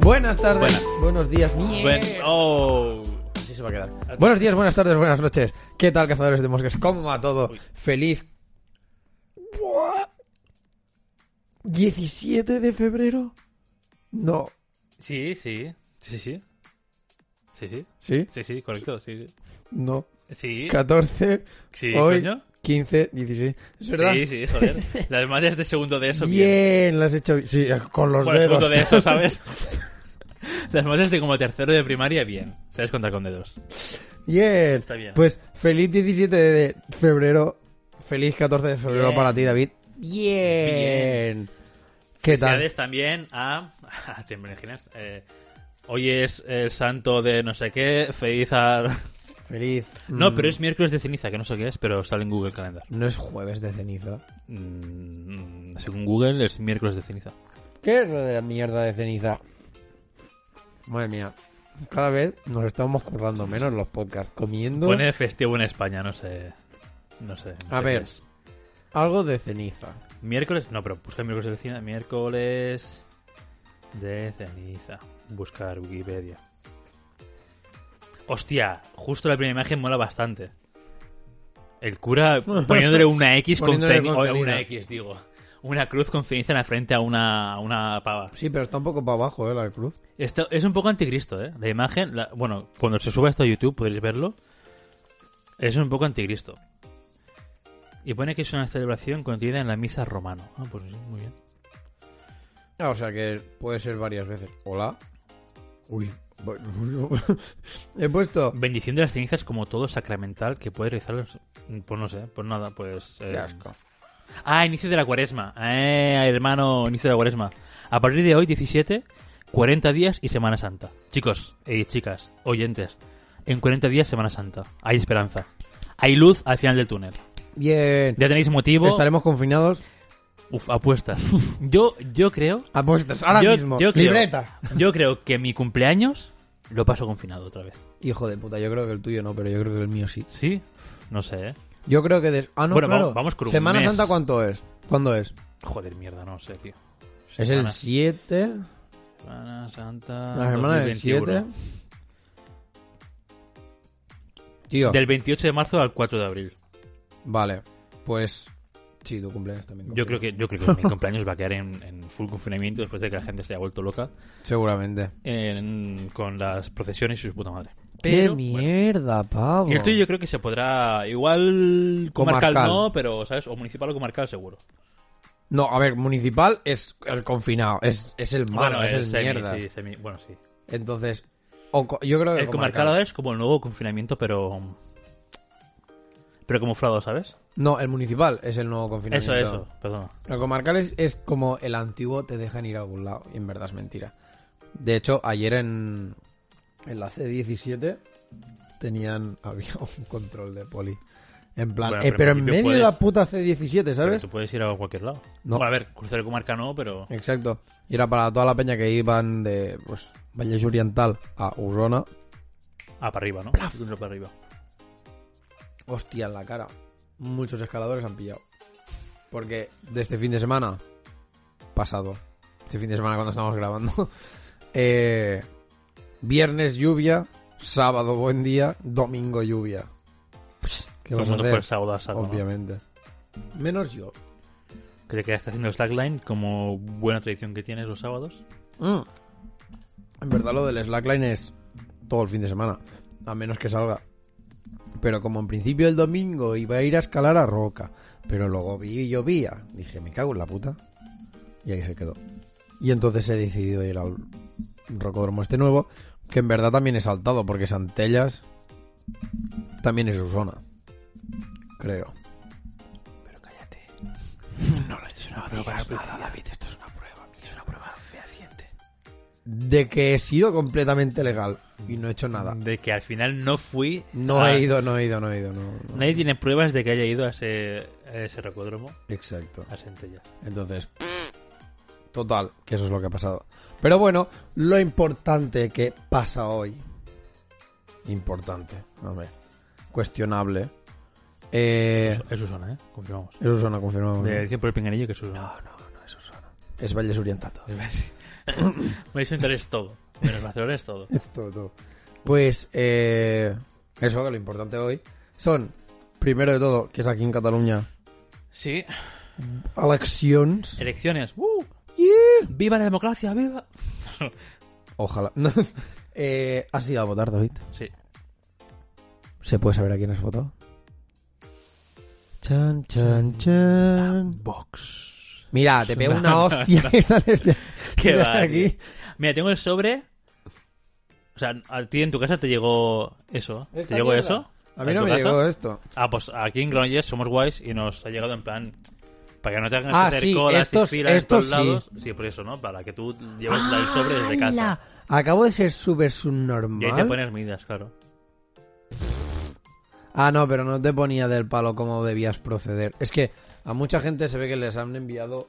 Buenas tardes, Buenas. buenos días. Mier- Bueno, oh. Así se va a quedar. Buenos días, buenas tardes, buenas noches. ¿Qué tal, cazadores de moscas? ¿Cómo va todo? Feliz. 17 de febrero. No. Sí, sí. Sí, sí. Sí, sí. ¿Sí? Sí, sí, correcto. Sí. No. Sí. 14. Sí, hoy. coño. 15, 16. ¿Es verdad? Sí, sí, joder. Las madres de segundo de eso, bien. Bien, lo has hecho bien. Sí, con los Bueno, dedos. segundo de eso, ¿sabes? Las madres de como tercero de primaria, bien. Sabes contar con dedos. Bien. Está bien. Pues feliz 17 de febrero. Feliz 14 de febrero Bien. para ti, David. Bien. ¿Qué tal? Felicidades también a... a te imaginas, eh, hoy es el santo de no sé qué, feliz a... Feliz. No, Mm, pero es miércoles de ceniza, que no sé qué es, pero sale en Google Calendar. No es jueves de ceniza. Mm, según Google es miércoles de ceniza. ¿Qué es lo de la mierda de ceniza? Madre mía. Cada vez nos estamos currando menos los podcasts. Comiendo Pone festivo en España, no sé. No sé. A ver. Es. algo de ceniza. Miércoles, no, pero busca miércoles de ceniza. Miércoles de ceniza. Buscar Wikipedia. Hostia, justo la primera imagen mola bastante. El cura poniéndole una X con Poniéndole ceniza. con ceniza. Una X, digo. Una cruz con ceniza en la frente a una, a una pava. Sí, pero está un poco para abajo, ¿eh? La cruz. Esto es un poco anticristo, ¿eh? La imagen, la- bueno, cuando se suba esto a YouTube podréis verlo. Es un poco anticristo. Y pone que es una celebración contenida en la misa romano. Ah, pues sí, muy bien. Ah, o sea que puede ser varias veces. Hola. Uy. bueno, He puesto. Bendición de las cenizas como todo sacramental que puede realizar los- Pues no sé, pues nada, pues... eh, Qué asco. Ah, inicio de la cuaresma. Eh, hermano, inicio de la cuaresma. A partir de hoy, 17, 40 días y Semana Santa. Chicos y chicas, oyentes, en 40 días Semana Santa. Hay esperanza. Hay luz al final del túnel. Bien. Ya tenéis motivo. Estaremos confinados. Uf, apuestas. Yo, yo creo. Apuestas, ahora yo, mismo. yo creo- Libreta. Yo creo que mi cumpleaños lo paso confinado otra vez. Hijo de puta, yo creo que el tuyo no, pero yo creo que el mío sí. ¿Sí? No sé, ¿eh? Yo creo que... des- Ah, no, Bueno, claro. vamos- vamos con un ¿Semana mes. Santa cuánto es? ¿Cuándo es? Joder, mierda, no sé, tío. Es Semana- Ah, el 7... Semana Santa. La semana del 7... 2021. Tío, Del 28 de marzo al 4 de abril. vale. Pues... Sí, tu cumpleaños también. Yo creo que, yo creo que mi cumpleaños va a quedar en, en full confinamiento después de que la gente se haya vuelto loca Seguramente. en- con las procesiones y su puta madre. ¡Qué bueno. mierda, pavo! Y el tuyo yo creo que se podrá igual comarcal, Comarcal. no, pero ¿sabes? O municipal o comarcal seguro. No, a ver, municipal es el confinado. Es, es el malo, es el semi, mierda. sí, semi- bueno, sí. Entonces... o co- yo creo que El comarcal ahora es ¿eh? como el nuevo confinamiento, pero pero camuflado, ¿sabes? No, el municipal es el nuevo confinamiento. Eso, eso, perdona. El comarcal es, es como el antiguo te dejan ir a algún lado, y en verdad es mentira. De hecho, ayer en, en la C17 tenían, había un control de poli. En plan, Bueno, eh, pero en pero en, principio medio de puedes- la puta C17, Pero ¿sabes? tú puedes ir a cualquier lado. No. Bueno, a ver, cruzar el comarca no, pero Exacto. Y era para toda la peña que iban de pues, Valle Oriental a Urona. ah, para arriba, ¿no? Un tiro para arriba. Hostia, en la cara. Muchos escaladores han pillado. Porque de este fin de semana pasado, este fin de semana cuando estamos grabando, eh, viernes lluvia, sábado buen día, domingo lluvia. Pss, ¿Qué Todo vas el a mundo fue hacer? el sábado a sábado. ¿no? Obviamente. Menos yo. Creo que ya está haciendo el slackline como buena tradición que tienes los sábados. Mm. En verdad lo del slackline es todo el fin de semana, a menos que salga. Pero como en principio el domingo iba a ir a escalar a Roca, pero luego vi y llovía, dije, me cago en la puta. Y ahí se quedó. Y entonces he decidido ir al rocódromo este nuevo, que en verdad también he saltado, porque Santellas también es Usona. Creo. Pero cállate. No lo he hecho nada, David, esto es una prueba. Es una prueba fehaciente. De que he sido completamente legal y no he hecho nada. De que al final no fui. No a- he ido, no he ido, no he ido. No, no. Nadie tiene pruebas de que haya ido a ese, a ese rocódromo Exacto. a Centella. Entonces, total, que eso es lo que ha pasado. Pero bueno, lo importante que pasa hoy. Importante, a ver. Cuestionable. Eh, Es Susana, ¿eh? Confirmamos. es Usona, confirmamos. Le ¿no? dicen por el pinganillo que es Susana. No, no, no es Usona. Es Valles Orientado. Pues Me dicen que es todo. Menos Barcelona es todo. Es todo. Pues, eh, eso, que lo importante hoy son, primero de todo, que es aquí en Cataluña, Sí. elecciones. Elecciones. ¡Uh! ¡Viva la democracia! ¡Viva! Ojalá. eh, ¿Has ido a votar, David? Sí. ¿Se puede saber a quién has votado? Chan, chan, chan. Vox. Mira, te pego una hostia que sales de, ¿Qué de va? aquí. tío? Mira, tengo el sobre. O sea, a ti en tu casa te llegó eso. ¿Te ¿Esta llegó mierda? eso? A mí ¿En no tu me casa? llegó esto. Ah, pues aquí en Granollers somos guays y nos ha llegado en plan. Para que no tengas Ah, que hacer sí, colas estos- y filas en estos Ah, todos lados. Sí, por eso, ¿no? Para que tú lleves el sobre desde ¡Hala! casa. Acabo de ser súper Y ahí te subnormal. pones medidas, claro. Ah, no, pero no te ponía del palo cómo debías proceder. Es que a mucha gente se ve que les han enviado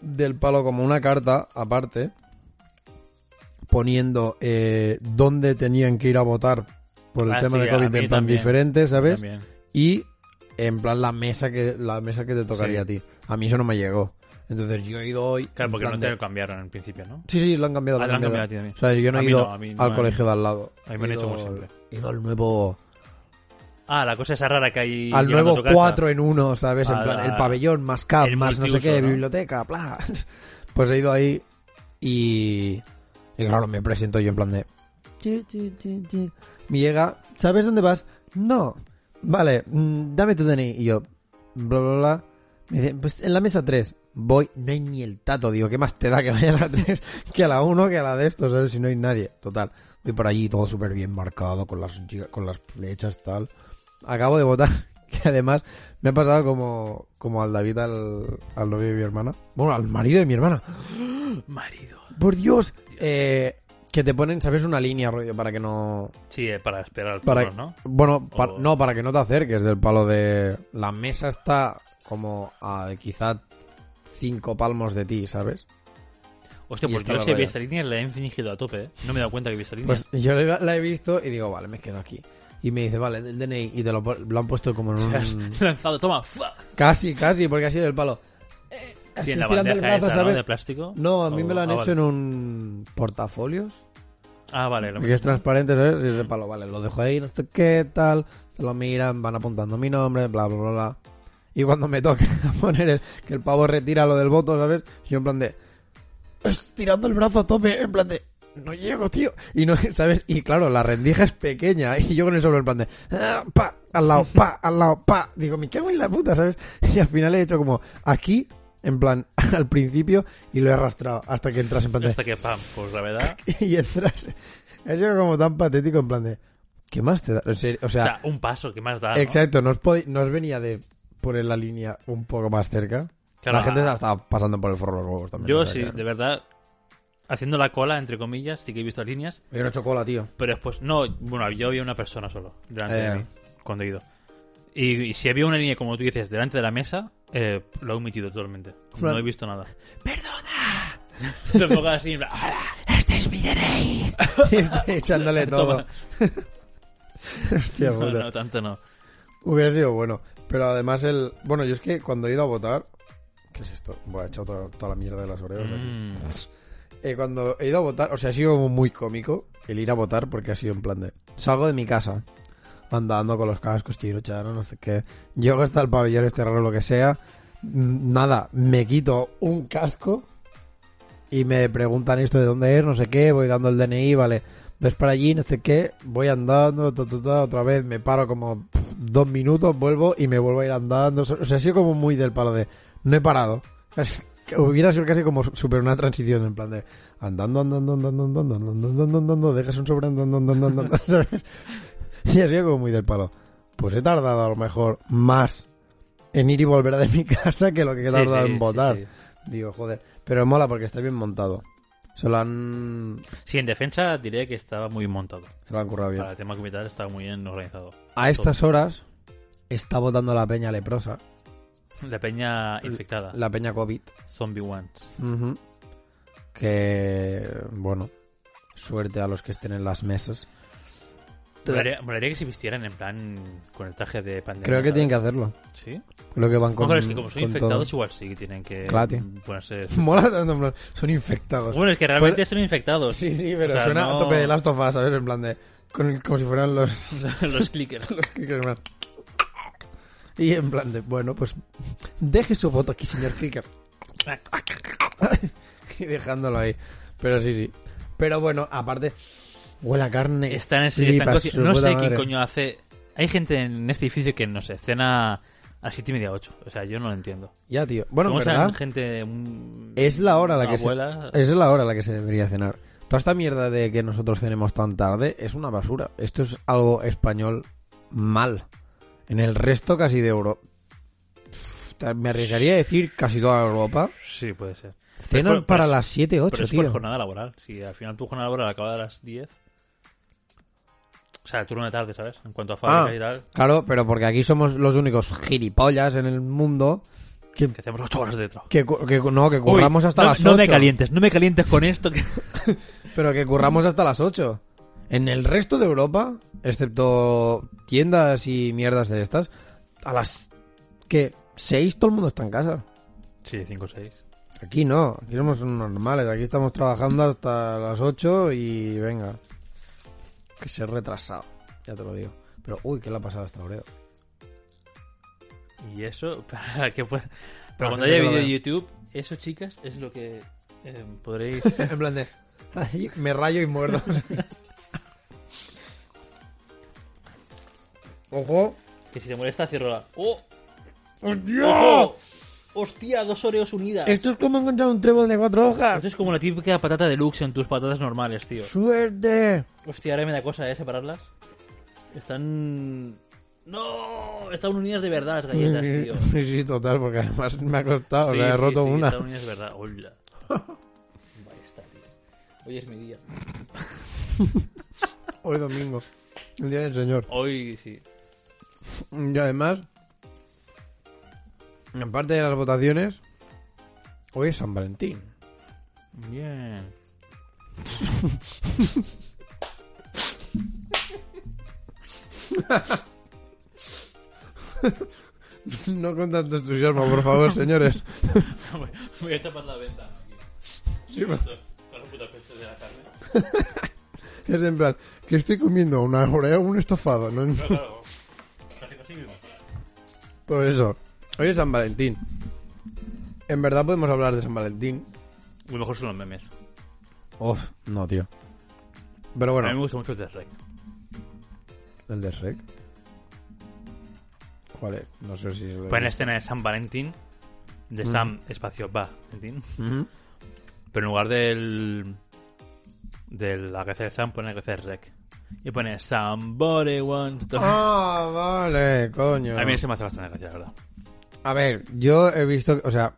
del palo como una carta aparte poniendo eh, dónde tenían que ir a votar por el Ah, tema sí, de a COVID mí en plan también. diferente, ¿sabes? También. y en plan la mesa que la mesa que te tocaría Sí. a ti. A mí eso no me llegó. Entonces yo he ido hoy. Claro, en porque plan no te de- lo cambiaron en principio, ¿no? Sí, sí, lo han cambiado. Ah, lo han cambiado. a ti también. O sea, yo no A he mí ido no, a mí no, al a mí- colegio de al lado. a mí me han He hecho como ido- siempre. He ido al nuevo, Ah, la cosa esa rara que hay. al llegando a nuevo tu casa. 4 en 1, ¿sabes? Ah, en plan, la- el pabellón, más cap, el más no sé multiuso, qué, ¿no? biblioteca, bla. Pues he ido ahí y. Y claro, me presento yo en plan de. "Chi, chi, chi, chi". Me llega, ¿sabes dónde vas? No. Vale, mm, dame tu DNI. Y yo, bla, bla, bla. Me dice, pues en la mesa 3. Voy, no hay ni el tato, digo, ¿qué más te da que vaya a la 3 que a la 1 que a la de estos, ¿sabes? Si no hay nadie. Total. Voy por allí todo súper bien marcado, con las, chica- con las flechas, tal. Acabo de votar, que además me ha pasado como, como al David, al, al novio de mi hermana. Bueno, al marido de mi hermana. Marido. Por Dios. Eh, que te ponen, ¿sabes? Una línea, rollo, para que no... Sí, eh, para esperar al Para, turno, ¿no? Bueno, pa- O- no, para que no te acerques del palo de... La mesa está como a quizá cinco palmos de ti, ¿sabes? Hostia, Y pues está yo la si raya. vi esta línea la he infringido a tope, ¿eh? No me he dado cuenta que vi esta línea. Pues yo la la he visto y digo, vale, me quedo aquí. Y me dice, vale, del DNI. Y te lo, pon- lo han puesto como en Te has un... lanzado, toma, ¡fua! Casi, casi, porque ha sido el palo. Eh, así Sí, en la estirando el bandeja brazo, esa, ¿no? ¿sabes? De plástico. No, a mí O- me lo han ah, hecho vale. en un portafolios. Ah, vale. lo Que es mismo. transparente, ¿sabes? Y ese palo, vale, lo dejo ahí, no sé qué tal. Se lo miran, van apuntando mi nombre, bla, bla, bla, bla. Y cuando me toca poner el- que el pavo retira lo del voto, ¿sabes? Yo en plan de... Estirando el brazo a tope, en plan de... No llego, tío. Y no, ¿sabes? Y claro, la rendija es pequeña. Y yo con el sobre en plan de... "Ah, pa, al lado, pa, al lado, pa. Digo, me cago en la puta, ¿sabes? Y al final he hecho como... Aquí, en plan, al principio. Y lo he arrastrado hasta que entras en plan de Hasta que, pam, pues por gravedad. y entras. Ha sido como tan patético en plan de. ¿Qué más te da? En serio, O sea, O sea, un paso, ¿qué más da? no? exacto, nos, nos venía de poner la línea un poco más cerca. Claro, la gente ah. se la estaba pasando por el forro de los huevos también. Yo o sea sí, que- de verdad, haciendo la cola, entre comillas, sí que he visto líneas, Yo no he hecho cola, tío. pero después, no, bueno, yo había una persona solo, delante de Eh. mí, cuando he ido. Y, y si había una línea, como tú dices, delante de la mesa, eh, lo he omitido totalmente. No Fran- he visto nada. ¡Perdona! Tampoco así, en plan, "Ah, "Ahora". ¡Este es mi DNI! Estoy echándole todo. Toma. Hostia no, puta. no, tanto no. Hubiera sido bueno. Pero además el... Bueno, yo es que cuando he ido a votar... ¿Qué es esto? Bueno, he echado toda, toda la mierda de las orejas. aquí. Mm. Eh, cuando he ido a votar, o sea, ha sido como muy cómico el ir a votar porque ha sido en plan de... Salgo de mi casa, andando con los cascos, chiruchano, no sé qué. Llego hasta el pabellón este raro, lo que sea. mm, Nada, me quito un casco y me preguntan esto de dónde es, no sé qué. Voy dando el DNI, vale. Ves para allí, no sé qué. Voy andando, ta, ta, ta, otra vez me paro como pff, dos minutos, vuelvo y me vuelvo a ir andando. O sea, ha sido como muy del palo de... No he parado. Que Hubiera sido casi como super una transición en plan de andando, andando, andando, andando, andando, andando, andando, andando, dejas un sobre andando, andando, andando, andando, ¿sabes? Y ha sido como muy del palo. Pues he tardado a lo mejor más en ir y volver de mi casa que lo que he Sí, tardado sí, en sí, votar. sí. Digo, joder. Pero mola porque está bien montado. Se lo han, Sí, en defensa diré que estaba muy bien montado. se lo han currado bien. Para el tema militar estaba muy bien organizado. A estas horas está votando la peña leprosa, La peña infectada. la peña COVID. Zombie Ones. Ujú. Que, bueno, suerte a los que estén en las mesas. Molaría, molaría que se vistieran en plan con el traje de pandemia. Creo que tienen que hacerlo. que... ¿Sí? Creo que van No, con. claro, es que como son con infectados igual sí que tienen que Claro, tío. ponerse... todo. Mola tanto, en plan, son infectados. Bueno, es que realmente son infectados. Pues Sí, sí, pero O sea, suena no- a tope de Last of Us, ¿sabes? En plan de. con- como si fueran los. Los clickers. los que- que más. Y en plan de, bueno, pues. Deje su voto aquí, señor Clicker. y dejándolo ahí. Pero sí, sí. Pero bueno, aparte. Huele a carne. Están en Flipas, están coci- su No puta sé quién madre. coño hace. Hay gente en este edificio que no sé, cena a las 7 y media 8. O sea, yo no lo entiendo. Ya, tío. Bueno, ¿Cómo en serán ¿verdad? gente. mm, Es la hora a la que se- Eh, abuelas? Esa es la hora a la que se debería cenar. Toda esta mierda de que nosotros cenemos tan tarde es una basura. Esto es algo español mal. En el resto casi de Europa. Me arriesgaría a decir casi toda Europa. Sí, puede ser. Cenan por- para pero es- las 7, 8, Pero es tío. por jornada laboral. Si al final tu jornada laboral acaba a las 10. O sea, el turno de tarde, ¿sabes? En cuanto a fábrica Ah. y tal, Claro, pero porque aquí somos los únicos gilipollas en el mundo que, que hacemos 8 horas de trabajo. que, cu- que- no, que curramos Uy, hasta no, las 8. No me calientes, no me calientes con esto. que- Pero que curramos hasta las 8. En el resto de Europa, excepto tiendas y mierdas de estas, a las que 6 todo el mundo está en casa. Sí, 5 o 6. Aquí no, aquí somos unos normales, aquí estamos trabajando hasta las 8 y venga. Que se ha retrasado, ya te lo digo. Pero uy, ¿qué le ha pasado a este Oreo? Y eso, para que pueda- Pero Para cuando que haya te lo vídeo de vea. YouTube, eso, chicas, es lo que eh, podréis. En plan de, "Ay, me rayo y muerdo. Ojo. que si te molesta, cierro la. ¡Oh! ¡Hostia! ¡Hostia! Dos Oreos unidas. Esto es como encontrar un trébol de cuatro hojas. Esto es como la típica patata deluxe en tus patatas normales, tío. ¡Suerte! Hostia, ahora me da cosa, ¿eh? Separarlas. Están. ¡No! Están unidas de verdad las galletas, tío. Sí, sí, total, porque además me ha costado, Sí, o sea, he sí, roto sí, una. Están unidas de verdad. Hola. Vaya está, tío. Hoy es mi día. Hoy domingo, el día del Señor. Hoy sí. Y además, en parte de las votaciones, hoy es San Valentín. Bien. No con tanto entusiasmo, por favor, señores. Voy a tapar la ventana. Sí, Con la puta peste de la carne. es en plan, que estoy comiendo una orea un estofado, ¿no? Claro. Casi consigo. Por eso, hoy es San Valentín. En verdad podemos hablar de San Valentín. Lo mejor son los memes. Uf, no, tío. Pero A mí me bueno, gusta mucho el Death Rec. Pues el de Shrek. ¿Cuál es? No sé si es el de- Fue Pues en la escena de San Valentín. Mm. De Sam, espacio, va, Valentín. Ujú. Pero en lugar del. De la cabeza de Sam, pone la cabeza de Rec. Y pone Somebody wants to. Ah, vale, coño. A mí se me hace bastante gracia, la verdad. A ver, yo he visto, o sea,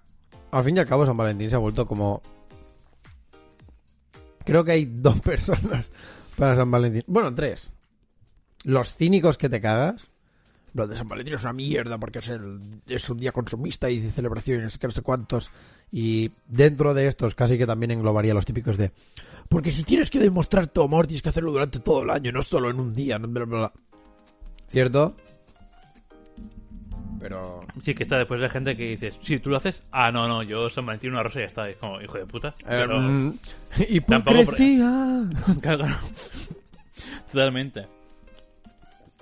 al fin y al cabo San Valentín se ha vuelto como... Creo que hay dos personas para San Valentín. Bueno, tres. Los cínicos que te cagas. Lo de San Valentín es una mierda porque es, el- es un día consumista y de celebración y no sé qué, no sé cuántos. Y dentro de estos casi que también englobaría los típicos de... Porque si tienes que demostrar tu amor tienes que hacerlo durante todo el año, no solo en un día. no, bla, bla, bla. ¿Cierto? Pero... Sí, que está después de gente que dices, sí, tú lo haces. Ah, no, no, yo San Valentín una rosa y ya está. Es como, hijo de puta. Pero- Em, tampoco por- hipocresía. Claro, claro. Totalmente.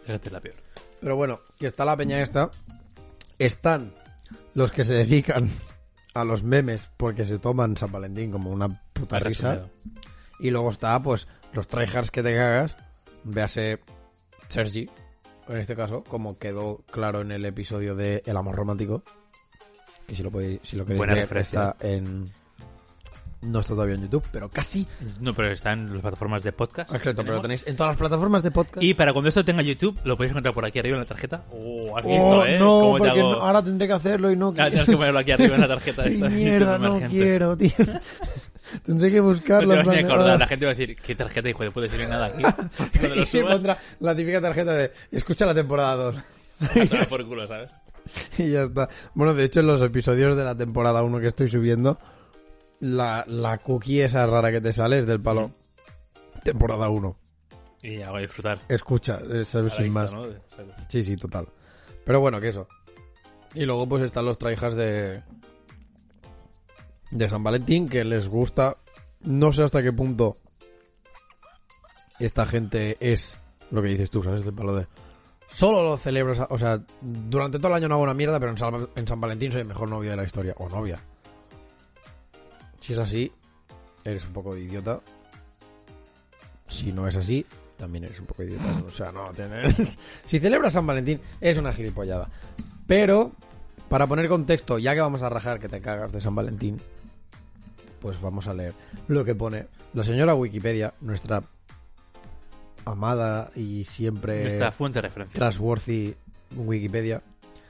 Fíjate es la peor. Pero bueno, que está la peña esta. Están los que se dedican a los memes porque se toman San Valentín como una puta Arrasado. risa. Y luego está, pues, los tryhards que te cagas. Véase Sergi, en este caso, como quedó claro en el episodio de El amor romántico. Que si lo podéis, si lo queréis Buena ver, referencia. está en No está todavía en YouTube, pero casi. No, pero está en las plataformas de podcast. que Exacto, pero lo tenemos. tenéis en todas las plataformas de podcast. Y para cuando esto tenga YouTube, lo podéis encontrar por aquí arriba en la tarjeta. ¡Oh, has Oh, visto, eh! no, ¿Cómo te porque hago? no- ahora tendré que hacerlo y no Ah, tienes que ponerlo aquí arriba en la tarjeta. Ay, esta. mierda, no Emergente. quiero, tío. Tendré que No buscarlo. te vas ni a en plan de- acordar. ah. La gente va a decir, ¿qué tarjeta, hijo de puta? Si no hay nada aquí. Cuando lo Y me subas, pondrá la típica tarjeta de escucha la temporada 2. a tomar por culo, ¿sabes? y ya está. Bueno, de hecho, en los episodios de la temporada 1 que estoy subiendo, la, la cookie esa rara que te sale es del palo. Temporada 1. Y ya voy a disfrutar. Escucha, eh, sabes, A la sin vista, más. ¿no? Exacto. Sí, sí, total. Pero bueno, que eso. Y luego pues están los traijas de de San Valentín que les gusta no sé hasta qué punto esta gente es lo que dices tú, ¿sabes? De palo de solo lo celebro, o sea, durante todo el año no hago una mierda, pero en San, en San Valentín soy el mejor novio de la historia o novia. Si es así, eres un poco de idiota. Si no es así, también eres un poco idiota. O sea, no tienes si celebras San Valentín, es una gilipollada. Pero, para poner contexto, ya que vamos a rajar que te cagas de San Valentín, pues vamos a leer lo que pone la señora Wikipedia, nuestra amada y siempre Nuestra fuente de referencia. trustworthy Wikipedia,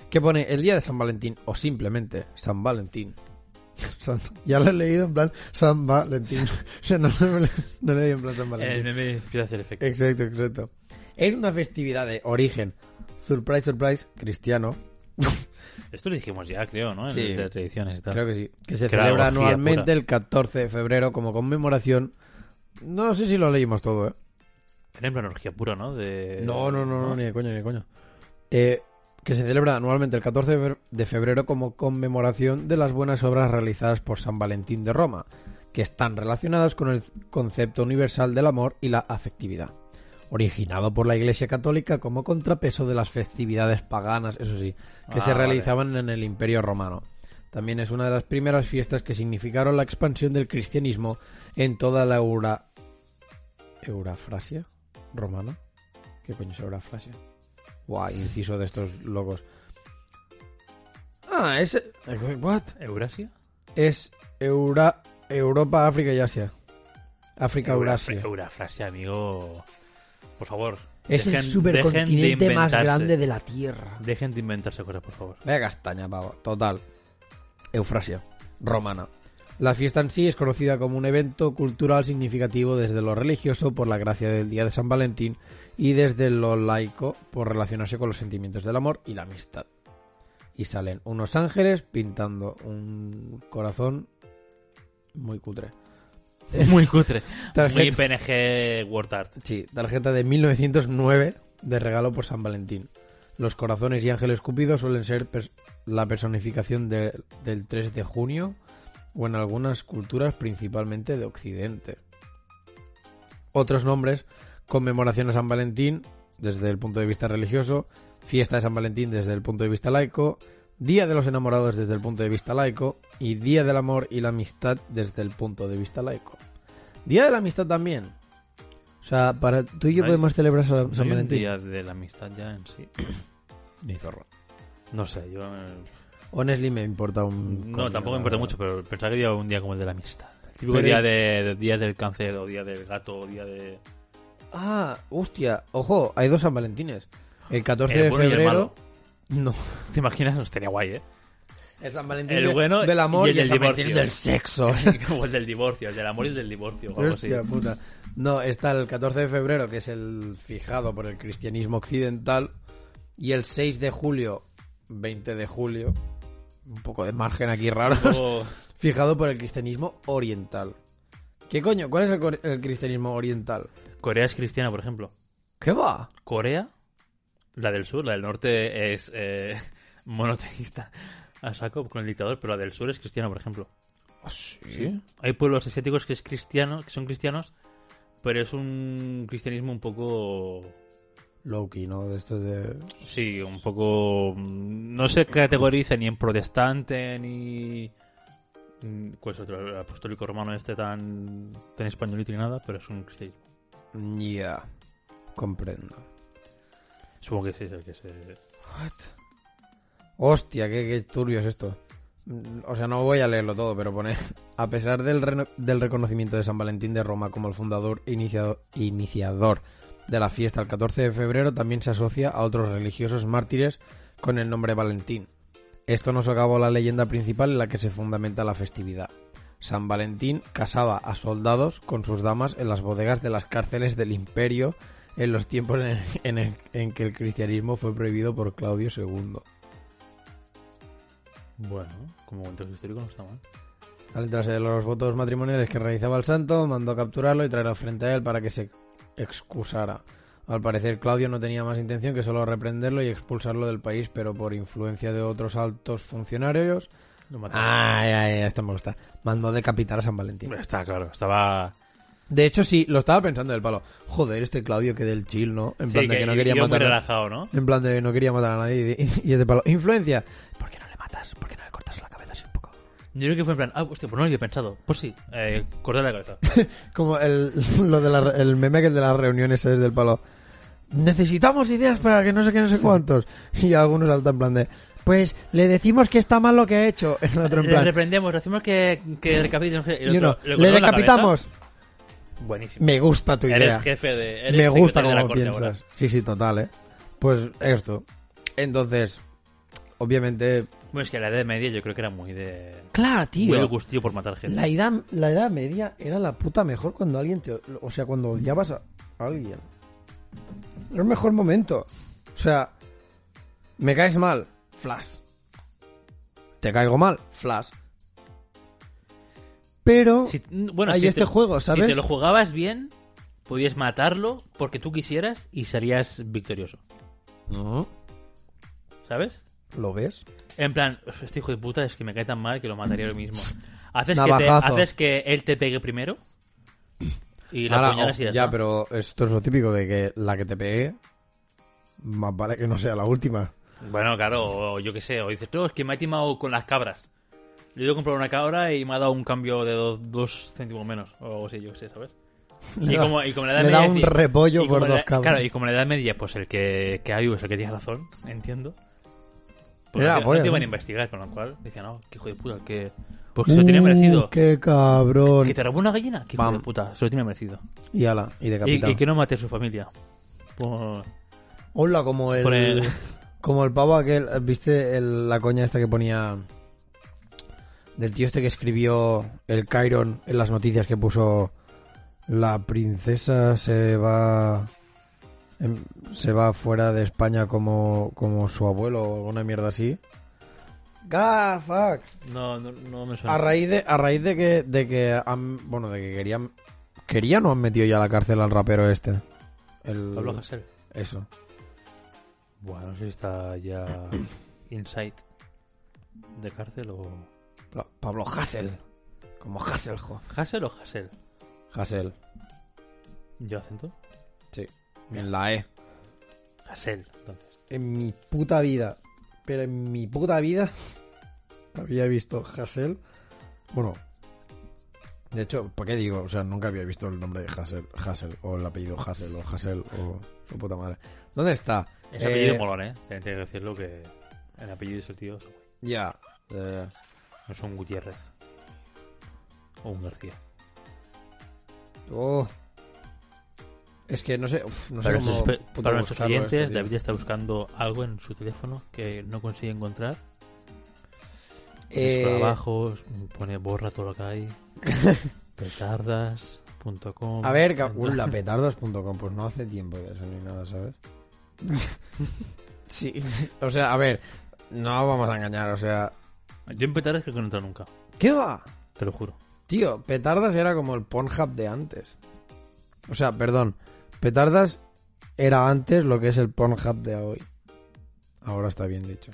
que pone el día de San Valentín o simplemente San Valentín. San- ya lo he leído en plan San Valentín. O sea, no, no le- no lo he leído en plan San Valentín. El meme empieza a hacer efecto. Exacto, exacto. Es una festividad de origen, surprise, surprise, cristiano, Esto lo dijimos ya, creo, ¿no? En Sí. el de tradiciones y tal. creo que sí, que se Que era celebra orgía anualmente pura. el 14 de febrero como conmemoración. No sé si lo leímos todo, ¿eh? Era en plan orgía pura, ¿no? De... No, no, no, no, ni de coño, ni de coño. Eh, que se celebra anualmente el 14 de fe- de febrero como conmemoración de las buenas obras realizadas por San Valentín de Roma, que están relacionadas con el concepto universal del amor y la afectividad. Originado por la Iglesia Católica como contrapeso de las festividades paganas, eso sí, que Ah, se vale. realizaban en el Imperio Romano. También es una de las primeras fiestas que significaron la expansión del cristianismo en toda la Eura... Eurafrasia romana. ¿Qué coño es Eurafrasia? Guay, inciso de estos locos. Ah, es... What? ¿Eurasia? Es Eura... Europa, África y Asia. África, Eurafra- Eurasia. Eurafrasia, amigo. Por favor. Es el dejen- dejen supercontinente de más inventarse. grande de la Tierra. Dejen de inventarse cosas, por favor. Vaya castaña, pavo. Total. Eufrasia. Romana. La fiesta en sí es conocida como un evento cultural significativo desde lo religioso por la gracia del Día de San Valentín y desde lo laico por relacionarse con los sentimientos del amor y la amistad. Y salen unos ángeles pintando un corazón muy cutre. Muy cutre. Muy Tarjeta, PNG Word Art. sí, tarjeta de 1909 de regalo por San Valentín. Los corazones y ángeles cupidos suelen ser pers- la personificación de- del 3 de junio o en algunas culturas principalmente de Occidente. Otros nombres, conmemoración a San Valentín desde el punto de vista religioso, fiesta de San Valentín desde el punto de vista laico, Día de los Enamorados desde el punto de vista laico y Día del Amor y la Amistad desde el punto de vista laico. Día de la Amistad también. O sea, para tú y yo No hay- podemos celebrar San, San Soy un Valentín. día de la amistad ya en sí. Ni zorro. No sé, yo. eh, Honestly me importa un... No, coño, la tampoco me verdad. importa mucho, pero pensaba que había un día como el de la amistad. El típico Pero- día, de, de- día del cáncer, o día del gato, o día de. Ah, hostia. Ojo, hay dos San Valentines. El 14 El de bueno y el febrero... malo. No. ¿Te imaginas? Estaría guay, ¿eh? El San Valentín El de- bueno del amor y y el el, del San Valentín divorcio. del sexo. como el del divorcio, el del amor y el del divorcio. o algo así. Hostia puta. No, está el 14 de febrero, que es el fijado por el cristianismo occidental, y el 6 de julio, 20 de julio, un poco de margen aquí raro, Luego, fijado por el cristianismo oriental. ¿Qué coño? ¿Cuál es el, cor- el cristianismo oriental? Corea es cristiana, por ejemplo. ¿Qué va? Corea, la del sur, la del norte es eh, monoteísta a saco con el dictador, pero la del sur es cristiana, por ejemplo. ¿Sí? Hay pueblos asiáticos que, es cristiano, que son cristianos, pero es un cristianismo un poco... Loki, ¿no? De esto de... Sí, un poco... mm, No se categoriza ni en protestante, ni... mm, ¿Cuál es otro? El apostólico romano este tan, tan españolito ni nada, pero es un cristianismo. Ya. Comprendo. Supongo que sí es el que se... Hostia, qué, qué turbio es esto. Mm, O sea, no voy a leerlo todo, pero pone. A pesar del, reno- del reconocimiento de San Valentín de Roma como el fundador e iniciado- iniciador de la fiesta el 14 de febrero, también se asocia a otros religiosos mártires con el nombre Valentín. Esto nos acabó la leyenda principal en la que se fundamenta la festividad. San Valentín casaba a soldados con sus damas en las bodegas de las cárceles del imperio en los tiempos en, en el- en que el cristianismo fue prohibido por Claudio II. Bueno, como contexto histórico no está mal. Al enterarse de los votos matrimoniales que realizaba el santo, mandó capturarlo y traerlo frente a él para que se excusara. Al parecer, Claudio no tenía más intención que solo reprenderlo y expulsarlo del país, pero por influencia de otros altos funcionarios. Ah, Lo mataron. Ay, ay, ay, esto me gusta. Mandó decapitar a San Valentín. Está claro, estaba. De hecho, sí, lo estaba pensando del palo. Joder, este Claudio que del chill, ¿no? En plan de que, no quería iba muy matar. a- relajado, ¿no? En plan de que no quería matar a nadie y, y es de palo. Influencia. ¿Por qué no le matas? ¿Por qué no le cortas la cabeza así un poco? Yo creo que fue en plan, ah, hostia, pues no lo había pensado. Pues sí, eh, corté la cabeza. Como el, lo de la- el meme que el de las reuniones es del palo. Necesitamos ideas para que no sé qué, no sé cuántos. Y algunos saltan en plan de. Pues le decimos que está mal lo que ha hecho. En otro en Le plan. reprendemos, le hacemos que, que decapitemos. Eh, el y uno, otro, le, cortó la decapitamos. cabeza. Buenísimo. Me gusta tu idea. Eres jefe de. eres Me gusta secretario de la como corte piensas. ahora. Sí, sí, total, eh. Pues esto. Entonces, obviamente. Bueno, es que la edad media yo creo que era muy de. Claro, Muy de gustillo por matar gente. La edad, la edad media era la puta mejor cuando alguien te. O sea, cuando odiabas a alguien. Era el mejor momento. O sea, me caes mal, flash. Te caigo mal, flash. Pero. Si- bueno, Hay si este te- juego, ¿sabes? Si te lo jugabas bien, podías matarlo porque tú quisieras y salías victorioso. No, ¿Sabes? ¿Lo ves? En plan, "Uf, este hijo de puta es que me cae tan mal que lo mataría yo mismo. Haces, que, te- Navajazo. haces que él te pegue primero y la apuñalas y ya, está. oh, pero esto es lo típico de que la que te pegue. Más vale que no sea la última. Bueno, claro, o yo qué sé, o dices, no, es que me ha timado con las cabras. Yo he ido a comprar una cabra y me ha dado un cambio de dos, dos céntimos menos, o algo así, yo qué sé, ¿sabes? Y como, y como la edad le da media un decía- repollo y por como la- dos cabras. Claro, y como la edad media, pues el que, que ha vivo es el que tiene razón, entiendo. Porque Era no, te- no apoyo, te iban ¿no? a investigar, con lo cual decían, no, qué hijo de puta, que. Pues que se lo tiene merecido. Uh, ¡Qué cabrón! Que te robó una gallina, qué hijo Pam. de puta, se lo tiene merecido. Y ala, y Y, decapitado. y que no mate a su familia. Pues, Por, Hola, como el, por el- Como el pavo aquel, ¿viste el- la coña esta que ponía? Del tío este que escribió el Chiron en las noticias que puso La princesa se va em, se va fuera de España como, como su abuelo o alguna mierda así. God, fuck. No, no, no me suena. A raíz de, a raíz de que, de que han- bueno, de que querían, querían o han metido ya a la cárcel al rapero este. El, Pablo Hasél. eso. Bueno, no sé si está ya inside de cárcel o... Pla- Pablo Hassel. Como Hassel, jo. ¿Hassel o Hassel? Hassel. ¿Yo acento? Sí. En la E. Hassel, entonces. En mi puta vida. Pero en mi puta vida. Había visto Hassel. Bueno. De hecho, ¿para qué digo? O sea, nunca había visto el nombre de Hassel. Hassel. O el apellido Hassel. O Hassel. O su puta madre. ¿Dónde está? Es Eh, apellido molón, ¿eh? Tengo que decirlo que el apellido de ese tío es- Ya. Eh, no es un Gutiérrez. O un García. oh. Es que no sé. uf, no sé Para cómo. nuestros, pe- puto para nuestros buscarlo oyentes, esto, tío. David está buscando algo en su teléfono que no consigue encontrar. Eh, Por abajo pone borra todo lo que hay. Petardas.com. A ver, ca- uh, la petardos.com, pues no hace tiempo de eso ni nada, ¿sabes? sí, o sea, a ver, no vamos a engañar, o sea, Yo en petardas creo que no entra nunca, ¿qué va? te lo juro. Tío, petardas era como el Pornhub de antes. O sea, perdón, petardas era antes lo que es el Pornhub de hoy. Ahora está bien dicho.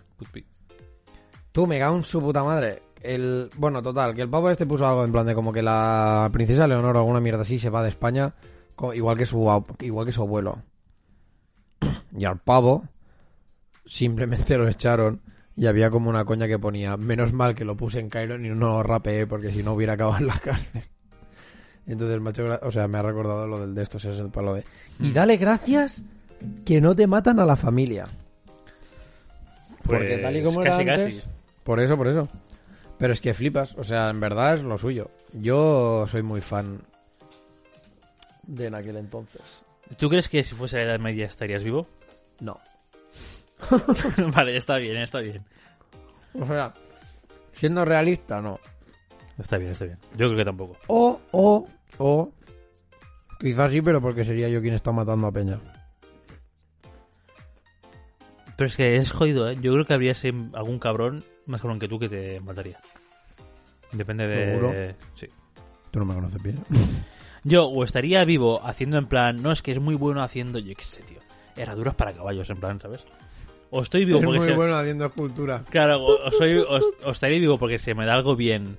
Tú, me cago en su puta madre. El, bueno, total, que el pavo este puso algo en plan de como que la princesa Leonor o alguna mierda así se va de España, co- igual que su, ab- igual que su abuelo. Y al pavo simplemente lo echaron y había como una coña que ponía, menos mal que lo puse en Cairo y no lo rapeé porque si no hubiera acabado en la cárcel. Entonces, macho, gra- o sea, me ha recordado lo del de estos, es el palo de... Mm. Y dale gracias que no te matan a la familia. Porque Pues, tal y como casi, era Pues, casi. antes... Por eso, por eso. Pero es que flipas, o sea, en verdad es lo suyo. Yo soy muy fan de en aquel entonces. ¿Tú crees que si fuese la Edad Media estarías vivo? No. vale, está bien, está bien. O sea, siendo realista, no. Está bien, está bien. Yo creo que tampoco. O, o, o. Quizás sí, pero porque sería yo quien está matando a Peña. Pero es que es jodido, ¿eh? Yo creo que habría sem- algún cabrón más cabrón que tú que te mataría. Depende de... ¿Seguro? Sí. Tú no me conoces bien. Yo o estaría vivo haciendo en plan... No, es que es muy bueno haciendo... Yo qué sé, tío. Herraduras para caballos, en plan, ¿sabes? O estoy vivo Es porque... muy se- bueno haciendo escultura. Claro, o, o soy, o- o estaría vivo porque se me da algo bien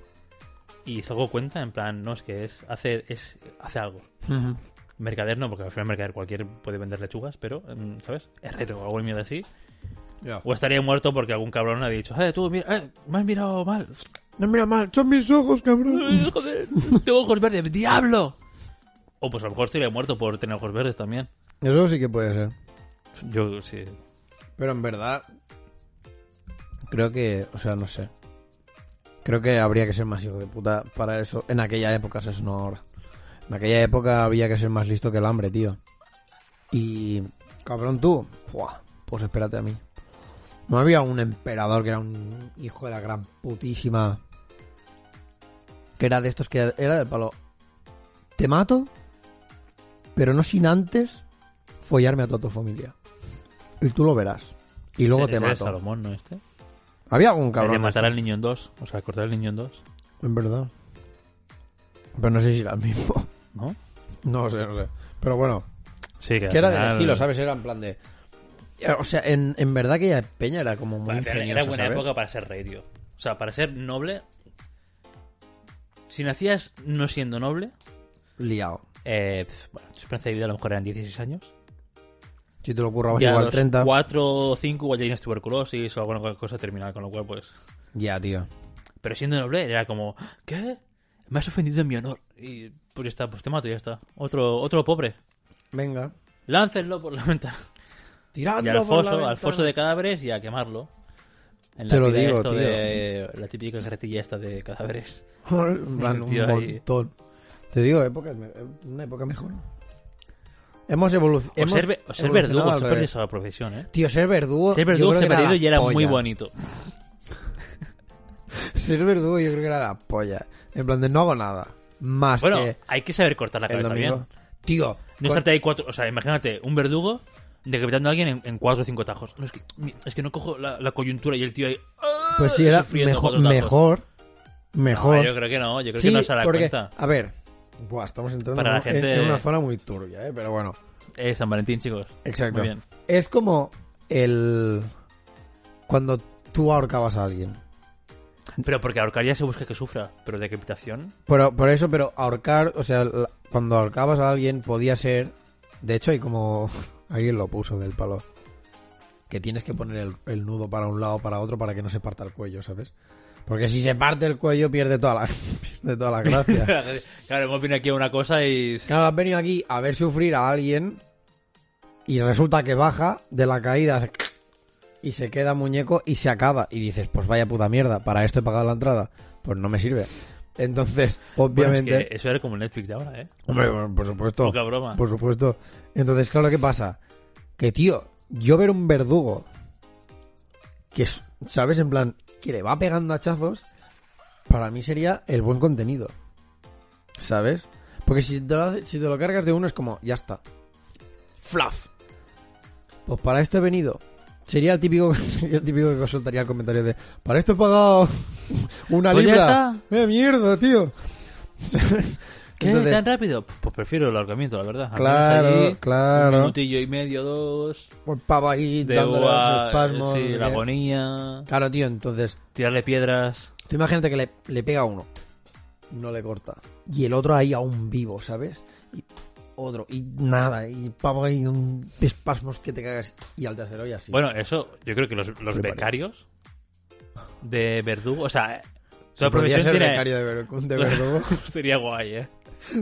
y salgo cuenta, en plan, no, es que es hace, es, hace algo. Mercader no, porque al final mercader cualquier puede vender lechugas, pero, mm, ¿sabes? Herrero o algo mierda así. Ya. O estaría muerto porque algún cabrón ha dicho, eh, tú, mira, eh, me has mirado mal. No mira mal, son mis ojos, cabrón. Eh, Joder, tengo ojos verdes, ¡diablo! O pues a lo mejor estaría muerto por tener ojos verdes también. Eso sí que puede ser. Yo sí. Pero en verdad, creo que, o sea, no sé. Creo que habría que ser más hijo de puta para eso. En aquella época, eso no ahora. En aquella época había que ser más listo que el hambre, tío. Y, cabrón, tú, ¡fua! pues espérate a mí. No había un emperador que era un hijo de la gran putísima. Que era de estos que era del palo. Te mato, pero no sin antes follarme a toda tu familia. Y tú lo verás. Y luego Ese- te ese era mato. Salomón, ¿no? Este. Había algún El de cabrón. este. matar al niño en dos, o sea, cortar al niño en dos, En verdad. Pero no sé si era el mismo. ¿no? No sé, no sé. Pero bueno, Sí, que, al que era del final- estilo, ¿sabes? Era en plan de. O sea, en, en verdad que Peña era como muy Bueno, pero ingeniosa, era buena ¿sabes? época para ser rey, tío. O sea, para ser noble. Si nacías no siendo noble, Liado. eh, pf, bueno, tu esperanza de vida a lo mejor eran 16 años. Si te lo currabas ya a igual los 30. 4 o 5 igual ya tienes tuberculosis o alguna cosa terminal, con lo cual pues... Ya, tío. Pero siendo noble era como, ¿qué? Me has ofendido en mi honor. Y pues ya está, pues te mato y ya está. Otro, otro pobre. Venga. Láncenlo por la ventana. Y Tiradlo al por la foso, al ventana. foso de cadáveres y a quemarlo. En Te lo pila digo, esto tío. de- la típica carretilla esta de cadáveres. En plan, un Tío, ahí. montón. Te digo, época, una época mejor. Hemos, evolu- O hemos ser, ve- o ser evolucionado al verdugo, se ha revés. perdido esa profesión, ¿eh? Tío, ser verdugo. Ser yo verdugo creo se que ha perdido y la era muy polla. bonito. Ser Pues verdugo yo creo que era la polla. En plan de no hago nada. Más Bueno, que hay que saber cortar la el cabeza domingo. bien. Tío, pues, No con- estarte ahí cuatro... O sea, imagínate, un verdugo decapitando a alguien en, en cuatro o cinco tajos. No, es, que, mi- es que no cojo la, la coyuntura y el tío ahí... ¡ah! pues sí, era sufriendo mejor, cuatro tajos. mejor. Mejor. No, yo creo que no, yo creo sí, que no se da porque, cuenta. a ver, buah, estamos entrando Para la en- gente- en, una zona muy turbia, ¿eh? pero bueno. Eh, San Valentín, chicos. Exacto. Muy bien. Es como el... Cuando tú ahorcabas a alguien. Pero porque ahorcar ya se busca que sufra. Pero decapitación... Por, por eso, pero ahorcar, o sea, la- cuando ahorcabas a alguien podía ser... De hecho, hay como... Alguien lo puso del palo. Que tienes que poner el, el nudo para un lado, para otro, para que no se parta el cuello, ¿sabes? Porque si se parte el cuello pierde toda la, pierde toda la gracia. claro, hemos venido aquí a una cosa y... Claro, has venido aquí a ver sufrir a alguien y resulta que baja de la caída hace y se queda muñeco y se acaba. Y dices, pues vaya puta mierda, para esto he pagado la entrada. Pues no me sirve. Entonces, Bueno, es obviamente... Oh. que eso era como el Netflix de ahora, ¿eh? Hombre, bueno, por supuesto. Poca broma. Por supuesto. Entonces, claro, ¿qué pasa? Que, tío, yo ver un verdugo que, es- ¿sabes? En plan, que le va pegando hachazos, para mí sería el buen contenido. ¿Sabes? Porque si te lo, hace- si te lo cargas de uno es como, ya está. Fluff. Pues para esto he venido. Sería el típico, sería el típico que soltaría el comentario de, para esto he pagado una Pues ya libra. ¡Eh, mierda, tío! ¿Qué? Entonces- ¿Tan rápido? Pues, pues prefiero el ahorcamiento, la verdad. Al menos Claro, allí, claro. Un minutillo y medio, dos. Por pavo ahí, De dándole los uva, espasmos. sí, no sé la qué. agonía. Claro, tío, entonces, Tirarle piedras. tú imagínate que le, le pega a uno, no le corta, y el otro ahí aún vivo, ¿sabes? Y otro, y nada, y pavo ahí, un espasmos que te cagas, y al tercero ya así. Bueno, eso yo creo que los, los Fliparía. becarios de verdugo, o sea, Sí, toda podría profesión ser tiene... becario de, ver- de verdugo. Sería guay, ¿eh?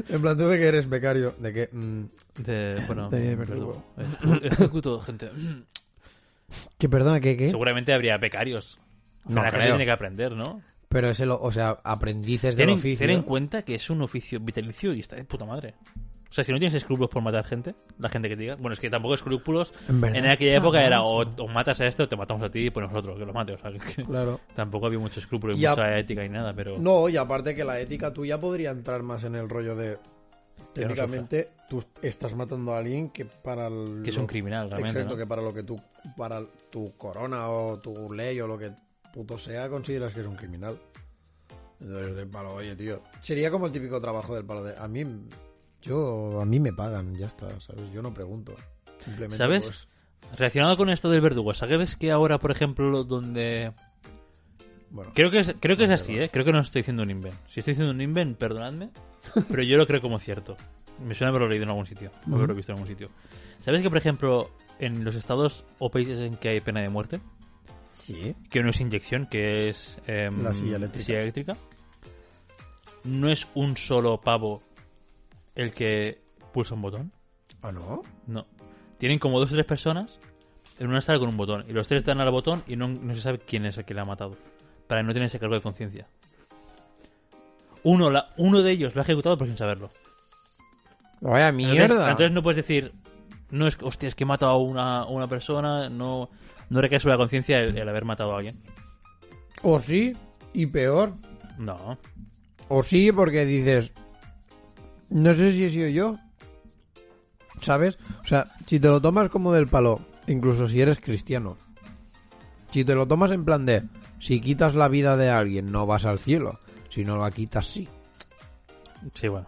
en plan, tú de que eres becario, de que... mm, De, bueno, De verdugo. verdugo. Eh, ejecuto, gente. que perdona, que qué? Seguramente habría becarios. O sea, No la gente creo. tiene que aprender, ¿no? Pero es el, o sea, aprendices del Ten, en- oficio. ten en cuenta que es un oficio vitalicio y está de puta madre. O sea, si no tienes escrúpulos por matar gente, la gente que te diga. Bueno, es que tampoco escrúpulos. En verdad. En aquella época era o, o matas a este o te matamos a ti y pues nosotros, que lo mate. O sea, que- Claro. tampoco había mucho escrúpulo y Ya. mucha ética y nada, pero. No, y aparte que la ética tuya podría entrar más en el rollo de. Que no Técnicamente, tú estás matando a alguien que para el. Que es un lo- criminal, realmente. Exacto, ¿no? que para lo que tú, para tu corona o tu ley o lo que puto sea, consideras que es un criminal. Entonces, de palo, oye, tío. Sería como el típico trabajo del palo de, a mí, yo, a mí me pagan, ya está, ¿sabes? Yo no pregunto. Simplemente, ¿Sabes? pues, Relacionado con esto del verdugo, ¿sabes que ahora, por ejemplo, lo- donde. bueno, Creo que es, creo Ah, que es así, ¿eh? Creo que no estoy diciendo un invent. Si estoy diciendo un invent, perdonadme, pero yo lo creo como cierto. Me suena haberlo leído en algún sitio, o haberlo visto en algún sitio. ¿Sabes que, por ejemplo, en los estados o países en que hay pena de muerte, sí. que no es inyección, que es em, La silla eléctrica. eléctrica, no es un solo pavo el que pulsa un botón? ¿Ah, no? No. Tienen como dos o tres personas en una sala con un botón. Y los tres dan al botón y no, no se sabe quién es el que la ha matado. Para no tener ese cargo de conciencia. Uno, la- uno de ellos lo ha ejecutado pero sin saberlo. Vaya Entonces, entonces no puedes decir, no es, hostia, es que he matado a una, a una persona, no, no recae sobre la conciencia el, el haber matado a alguien. O sí, y peor. No. O sí, porque dices, no sé si he sido yo. ¿Sabes? O sea, si te lo tomas como del palo, incluso si eres cristiano, si te lo tomas en plan de, si quitas la vida de alguien, no vas al cielo. Si no la quitas, sí. Sí, bueno.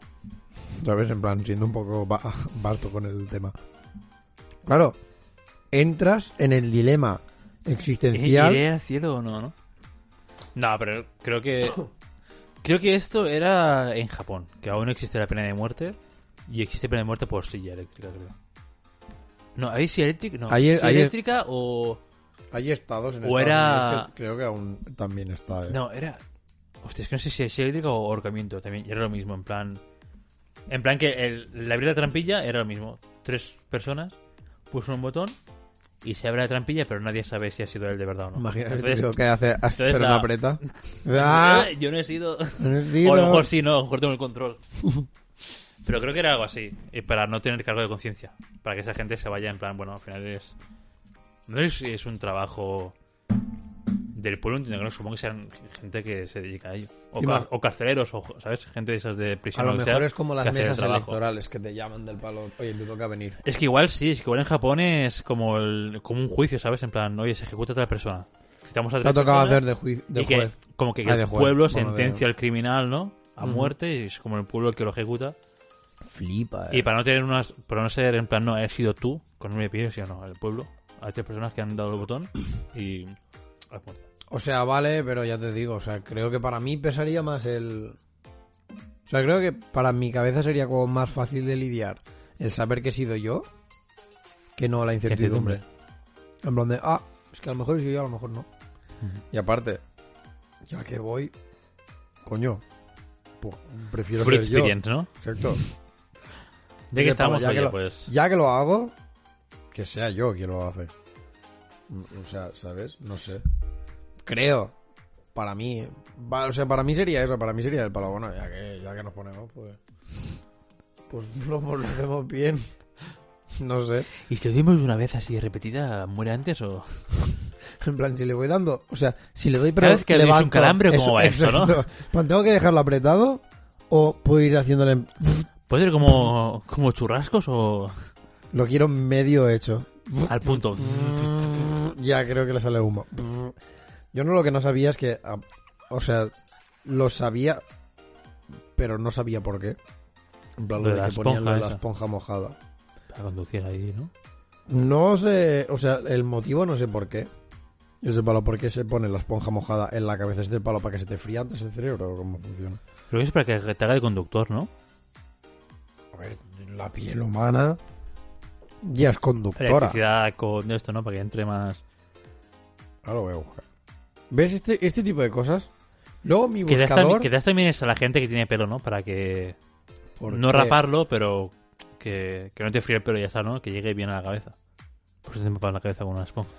¿Sabes? En plan, siendo un poco ba- vasto con el tema. Claro, entras en el dilema ¿Eh, existencial. ¿Iré al cielo o no, no? No, pero creo que. Creo que esto era en Japón, que aún no existe la pena de muerte. Y existe pena de muerte por silla eléctrica, creo. No, ¿hay silla eléctrica? No. Hay- ¿Silla hay- eléctrica o.? Hay estados en O Estados era- Unidos que creo que aún también está. ¿eh? No, era. Hostia, es que no sé si es silla eléctrica o ahorcamiento también. y Era lo mismo, en plan. En plan que el, el abrir la trampilla era lo mismo. Tres personas puso un botón y se abre la trampilla, pero nadie sabe si ha sido él de verdad o no. Imagínate Entonces, lo que hace hacer entonces una la- apreta. ¡Ah! "Eh, yo no he sido. En el O cielo. a lo mejor sí, no, a lo mejor tengo el control. Pero creo que era algo así, eh, para no tener cargo de conciencia. Para que esa gente se vaya en plan, bueno, al final es. No es, es un trabajo del pueblo, entiendo que no, supongo que sean gente que se dedica a ello. O, Ima- car- o carceleros, o, ¿sabes? Gente de esas de A prisión. lo o sea, mejor es como que las hace el mesas trabajo. electorales que te llaman del palo. Oye, te toca venir. Es que igual sí, es que igual en Japón es como, el, como un juicio, ¿sabes? En plan, oye, se ejecuta a tal persona. Citamos a Te ha tres tocado personas. hacer de, juiz, de y que, juez. como que Ah, el de juez, pueblo bueno, de- sentencia al criminal, ¿no? A muerte, y es como el pueblo el que lo ejecuta. eh. Flipa, Y para no tener unas, para no ser en plan, no, he sido tú, con un pie, sino no, el pueblo. Hay tres personas que han dado el botón y. has muerto. O sea, vale, pero ya te digo, o sea, creo que para mí pesaría más el... O sea, creo que para mi cabeza sería como más fácil de lidiar el saber que he sido yo que no la incertidumbre. Incertidumbre. En plan de, ah, es que a lo mejor soy yo, a lo mejor no. Y aparte, ya que voy, coño, pues, prefiero Free ser yo. experience, ¿no? Exacto. Ya que Oye, Pablo, estamos, oye, que lo, pues. ya que lo hago, que sea yo quien lo hace. Mm, O sea, ¿sabes? No sé. Creo. Para mí. va- o sea, para mí sería eso. Para mí sería el palo. Bueno, ya que, ya que nos ponemos, pues. Pues lo, lo hacemos bien. No sé. ¿Y si lo vimos de una vez así de repetida, muere antes o.? En plan, si le voy dando. O sea, si le doy. Cada vez que le des un levanto- calambre, ¿cómo va esto, no? exacto. En plan, ¿Tengo que dejarlo apretado? ¿O puedo ir haciéndole. ¿Puede ser como, como churrascos o Lo quiero medio hecho. al punto? Ya creo que le sale humo. Yo no lo que no sabía es que, ah, o sea, lo sabía, pero no sabía por qué. En plan, lo Lo de de la que ponían lo de esponja la esa. esponja mojada. Para conducir ahí, ¿no? No sé, o sea, el motivo no sé por qué. Yo sé palo por qué se pone la esponja mojada en la cabeza. ¿Es del palo para que se te fría antes el cerebro o cómo funciona? Creo que es para que te haga de conductor, ¿no? A ver, la piel humana ya es conductora. Electricidad con esto, ¿no? Para que entre más. Ahora lo voy a buscar. ¿Ves este, este tipo de cosas? Luego mi Quizás también, buscador... quizás también es a la gente que tiene pelo, ¿no? Para que ¿por no qué? raparlo, pero que, Pues que no te fríe el pelo y ya está, ¿no? Que llegue bien a la cabeza. Por eso te empapas la cabeza con una esponja.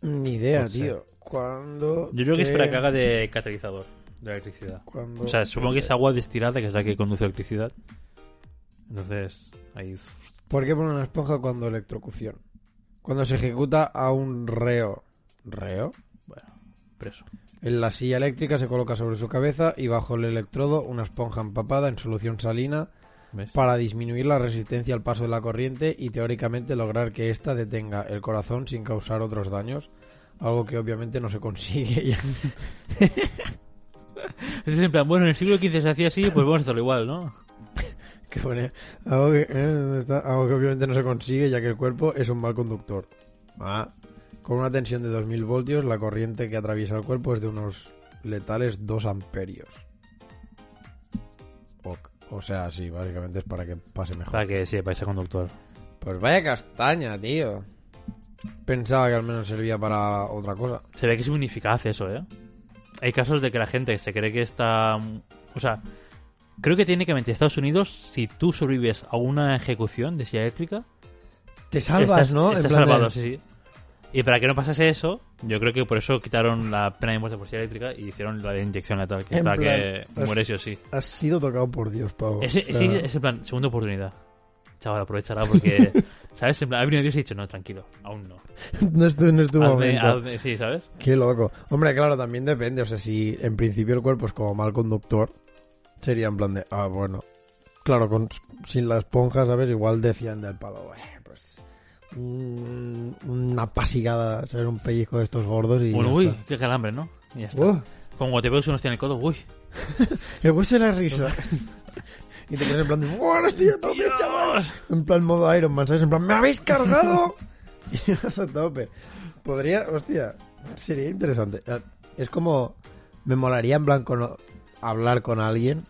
Ni idea, No sé. tío. Cuando Yo creo que es te- para que haga de catalizador de electricidad. Cuando... O sea, supongo que es agua destilada, que es la que conduce electricidad. Entonces, ahí. ¿Por qué ponen una esponja cuando electrocución? Cuando se ejecuta a un reo. ¿Reo? Bueno, preso. En la silla eléctrica se coloca sobre su cabeza y bajo el electrodo una esponja empapada en solución salina ¿Ves? para disminuir la resistencia al paso de la corriente y teóricamente lograr que ésta detenga el corazón sin causar otros daños. Algo que obviamente no se consigue ya. Entonces, en plan, bueno, en el siglo XV se hacía así, pues vamos a hacerlo igual, ¿no? Que pone, algo, que, eh, ¿dónde está? Algo que obviamente no se consigue ya que el cuerpo es un mal conductor. Ah. Con una tensión de 2000 voltios, la corriente que atraviesa el cuerpo es de unos letales 2 amperios. Ok. O sea, sí, básicamente es para que pase mejor. Para que sí, para ese conductor. Pues vaya castaña, tío. Pensaba que al menos servía para otra cosa. Se ve que es muy ineficaz eso, ¿eh? Hay casos de que la gente se cree que está... O sea, creo que técnicamente Estados Unidos, si tú sobrevives a una ejecución de silla eléctrica... Te salvas, estás, ¿no? En Estás plan de- salvado, sí, sí. Y para que no pasase eso, yo creo que por eso quitaron la pena de muerte por silla eléctrica y hicieron la de inyección letal, que En está plan, pues, que has- muere sí o sí. Has sido tocado por Dios, Pavo. Ese, O ese- sea, ese plan, segunda oportunidad. Chaval, aprovechala porque, ¿sabes? En plan, ha venido Dios y ha dicho, no, tranquilo, aún no. no es tu, no es tu Hazme- momento. hazme- sí, ¿sabes? Qué loco. Hombre, claro, también depende. O sea, si en principio el cuerpo es como mal conductor, sería en plan de, ah, bueno. Claro, con, sin la esponja, ¿sabes? Igual decían del palo, "Eh, pues. un- una pasigada, ¿sabes? Un pellizco de estos gordos y. Bueno, ya uy, está. qué calambre, ¿no? Y ya está. ¡Oh! Como te pegas unos tiene el codo, uy. el hueso de la risa. y te quedas en plan de, ¡buah, estoy a tope, chaval! En plan modo Iron Man, ¿sabes? En plan, ¡me habéis cargado! y vas a tope. Podría, hostia, sería interesante. Eh, Es como, me molaría en plan cono- hablar con alguien.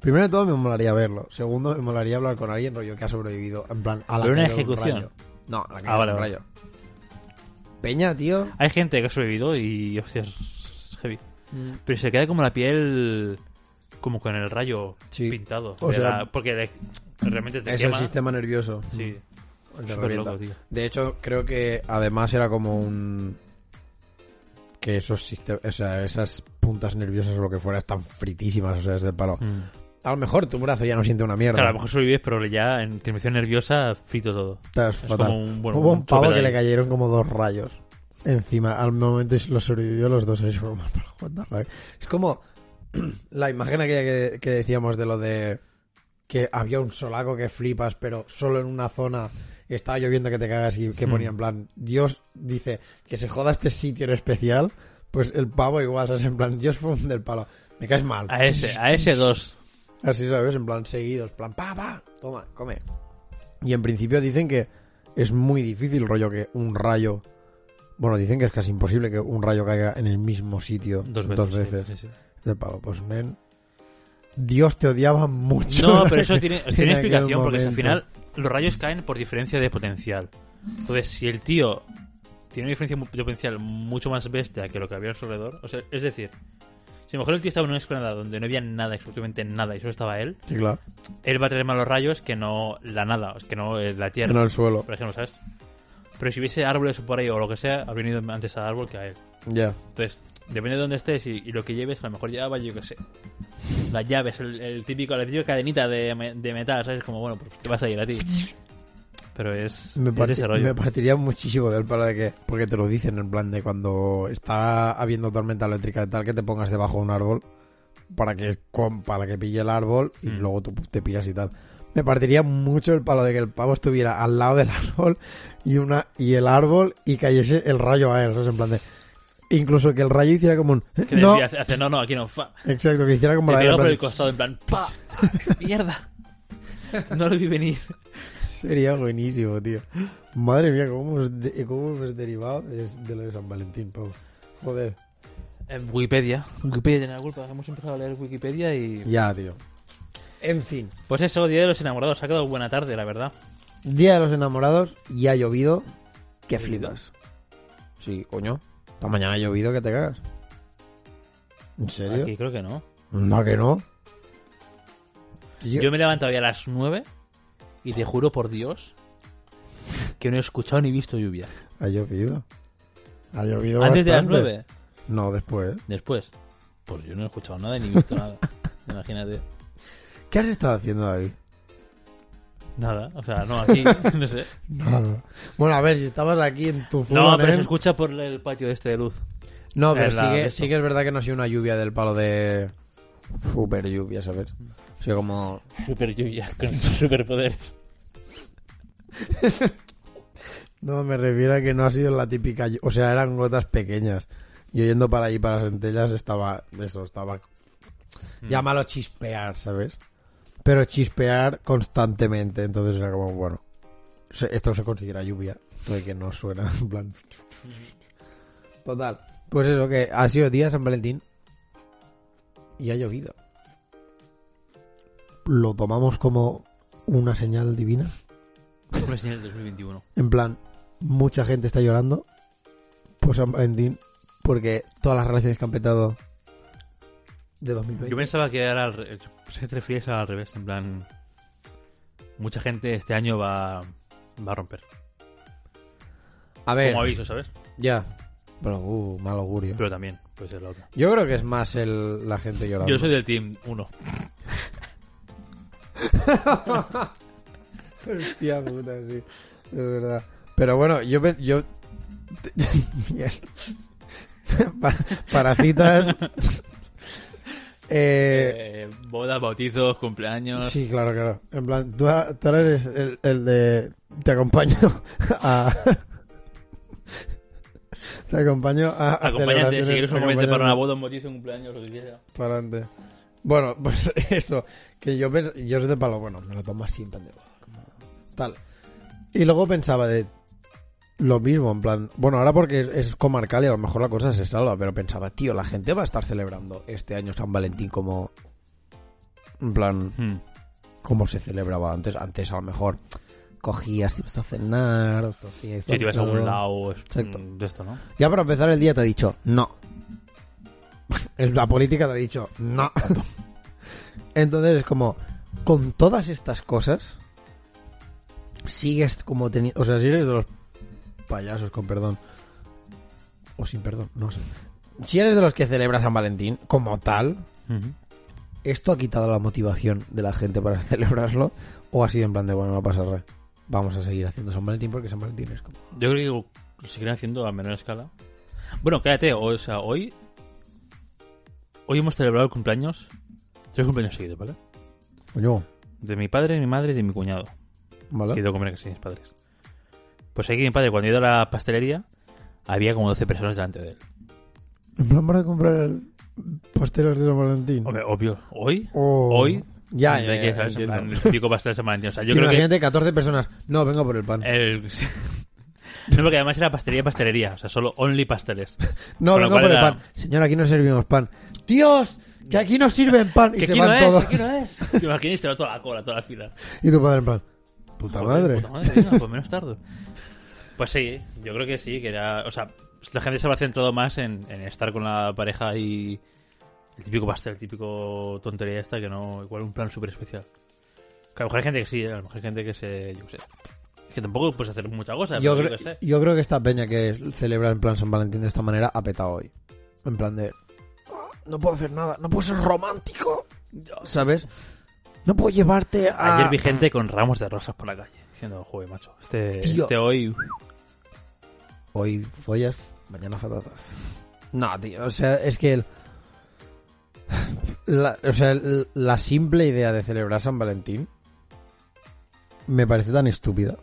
Primero de todo, me molaría verlo. Segundo, me molaría hablar con alguien rollo que ha sobrevivido. En plan, a la Pero caída de una un ejecución. rayo. No, a la caída Ah, vale, de un vale. rayo. Peña, tío. Hay gente que ha sobrevivido y, hostias, es heavy. Pero se queda como la piel, como con el rayo Sí. pintado. O de sea, la- porque de- realmente te Es el quema. sistema nervioso. Sí, El de súper Mm. revienta. loco, tío. De hecho, creo que además era como un... Que esos sistem- o sea, esas puntas nerviosas o lo que fuera están fritísimas, o sea, es del palo. Mm. A lo mejor tu brazo ya no siente una mierda. Claro, a lo mejor sobrevives, pero ya en terminación nerviosa, frito todo. Estás es fatal. como un- bueno, Hubo un un pavo chupete que ahí. le cayeron como dos rayos encima. Al momento y lo sobrevivió los dos. Es como, what the fuck. Es como la imagen aquella que, que decíamos de lo de que había un solaco que flipas, pero solo en una zona. y Estaba lloviendo que te cagas y que Hmm. ponía en plan, Dios dice que se joda este sitio en especial, pues el pavo igual, ¿sabes? En plan, Dios fue un del palo, me caes mal. A ese, a ese dos. Así sabes, en plan seguidos, plan pa, pa, toma, come. Y en principio dicen que es muy difícil, rollo, que un rayo. Bueno, dicen que es casi imposible que un rayo caiga en el mismo sitio Dos veces. sí, sí, sí. De palo, pues men. Dios te odiaba mucho. No, pero eso tiene, en tiene aquel explicación, porque si al momento. final los rayos caen por diferencia de potencial. Entonces, si el tío tiene una diferencia de potencial mucho más bestia que lo que había a su alrededor, o sea, es decir, si a lo mejor el tío estaba en una explanada donde no había nada, absolutamente nada, y solo estaba él, Sí, claro. él va a tener más los rayos que no la nada, que no eh, la tierra, No el suelo. por ejemplo, ¿sabes? Pero si hubiese árboles por ahí o lo que sea, habría venido antes al árbol que a él. Ya. Entonces, depende de dónde estés y, y lo que lleves, a lo mejor llevaba, yo qué sé, las llaves, el, el típico, la típica cadenita de, me- de metal, ¿sabes? Como, bueno, pues te vas a ir a ti. Pero es, Me, es parti- ese rollo. me partiría muchísimo del palo de que, porque te lo dicen en plan de cuando está habiendo tormenta eléctrica y tal, que te pongas debajo de un árbol para que, con- para que pille el árbol y Mm. luego tú te piras y tal. Me partiría mucho el palo de que el pavo estuviera al lado del árbol y una y el árbol y cayese el rayo a él, ¿sabes? En plan de... Incluso que el rayo hiciera como un... Que No, desvía hacia- hacia- no, no, aquí no. Fa. exacto, que hiciera como Te la... de pega la por el planta. costado, en plan, ¡pa! ¡Mierda! No lo vi venir. Sería buenísimo, tío. Madre mía, cómo hemos, de- cómo hemos derivado de, de lo de San Valentín, pavo. Joder. En Wikipedia. Wikipedia tiene la culpa. Hemos empezado a leer Wikipedia y... Ya, tío. En fin, Pues eso, Día de los Enamorados. Ha quedado buena tarde, la verdad. Día de los Enamorados y ha llovido que ¿Llovido? flipas. Sí, coño. Esta mañana ha llovido que te cagas. ¿En serio? Aquí creo que no. No, que no. Tío, Yo me he levantado ya a las 9 y te juro por Dios que no he escuchado ni visto lluvia. ha llovido. Ha llovido Antes de las bastante. 9. No, después. Después. Pues yo no he escuchado nada y ni visto nada. Imagínate. ¿Qué has estado haciendo, David? Nada. O sea, no, aquí. No sé. Nada. Bueno, a ver, si estabas aquí en tu ¿eh? No, furgoneta- pero se escucha por el patio este de luz. No, pero en la- sí, que, de esto. sí que es verdad que no ha sido una lluvia del palo de. Super lluvia, ¿sabes? O sea, como. Super lluvia, con superpoderes. No, me refiero a que no ha sido la típica. llu- O sea, eran gotas pequeñas. Y yendo para allí, para Centellas, estaba. Eso, estaba. Llámalo chispear, ¿sabes? Pero chispear constantemente. Entonces era como, bueno. se- Esto se considera lluvia. De que no suena, en plan. Total. Pues eso, que ha sido día de San Valentín. Y ha llovido. Lo tomamos como una señal divina. Una señal del 2021. En plan, mucha gente está llorando por San Valentín porque todas las relaciones que han petado de 2020. Yo pensaba que era al revés. Se te refieres al revés. En plan. Mucha gente este año va, va a romper. A ver, Como aviso, ¿sabes? ya. Pero, uh, mal augurio. Pero también puede ser la otra. Yo creo que es más el, la gente llorando. Yo soy del team 1. Hostia puta, sí. Es verdad. Pero bueno, yo. pe- yo... Bien. Pa- Parasitas. eh, bodas, bautizos, cumpleaños. sí, claro, claro. En plan, tú, a- tú ahora eres el, el de. Te acompaño a. Te acompaño a. a Acompáñate celebraciones- si quieres un momento para acompañarte. una boda, un bautizo, un cumpleaños, lo que quieras. Para adelante. Bueno, pues eso. Que yo pens- yo soy de palo, bueno, me lo tomo así en plan de. como Tal. Y luego pensaba de. Lo mismo, en plan. Bueno, ahora porque es, es comarcal y a lo mejor la cosa se salva, pero pensaba, tío, la gente va a estar celebrando este año San Valentín como. En plan, Hmm, como se celebraba antes. Antes a lo mejor cogías, ibas a cenar, os cogíais Si te ibas a todo. algún lado, es, Exacto. mm, de esto, ¿no? Ya para empezar el día te ha dicho no. La política te ha dicho no. Entonces es como, con todas estas cosas, sigues como teniendo... O sea, si eres de los payasos, con perdón. O sin perdón, no sé. Si eres de los que celebra San Valentín, como tal, ¿Esto ha quitado la motivación de la gente para celebrarlo? ¿O ha sido en plan de, bueno, no pasa nada? Vamos a seguir haciendo San Valentín porque San Valentín es como... Yo creo que lo seguirán haciendo a menor escala. Bueno, cállate, o sea, hoy. Hoy hemos celebrado el cumpleaños. Tres cumpleaños seguidos, ¿vale? Coño, De mi padre, de mi madre y de mi cuñado. ¿vale? Que he ido a comer que sí, mis padres. Pues aquí mi padre, cuando he ido a la pastelería, había como 12 personas delante de él. En plan para comprar pasteles de San Valentín. Hombre, obvio. Hoy, O- hoy, Ya, de ya, ya, que, ¿sabes? En entiendo. plan, el típico pastel de San Valentín. O sea, yo creo que Eh, Imagínate 14 personas. No, vengo por el pan. El... No, porque además era pastelería, pastelería. O sea, solo only pasteles. no, con lo vengo cual por era- el pan. Señor, aquí no servimos pan. ¡Dios! Que aquí no sirven pan. Y ¿Qué se quiero van es? todos. ¿Qué quiero es? Te imaginas y te va toda la cola, toda la fila. Y tu padre en plan. Puta Joder, madre. puta venga, pues menos tardo. Pues sí, yo creo que sí, que era... O sea, la gente se habrá centrado más en, en estar con la pareja y... El típico pastel, el típico tontería esta, que no... Igual un plan súper especial. Que a lo mejor hay gente que sí, ¿eh? a lo mejor hay gente que se... Yo qué sé. Es que tampoco puedes hacer mucha cosa. Yo, pero creo, qué sé. yo creo que esta peña que celebra en plan San Valentín de esta manera ha petado hoy. En plan de. "Ah, No puedo hacer nada. No puedo ser romántico. ¿Sabes? No puedo llevarte a. Ayer vi gente con ramos de rosas por la calle. Diciendo, joder, macho, este, Tío. este hoy... Hoy follas, mañana patatas. No, tío, o sea, es que el- la, o sea, el- la simple idea de celebrar San Valentín me parece tan estúpida.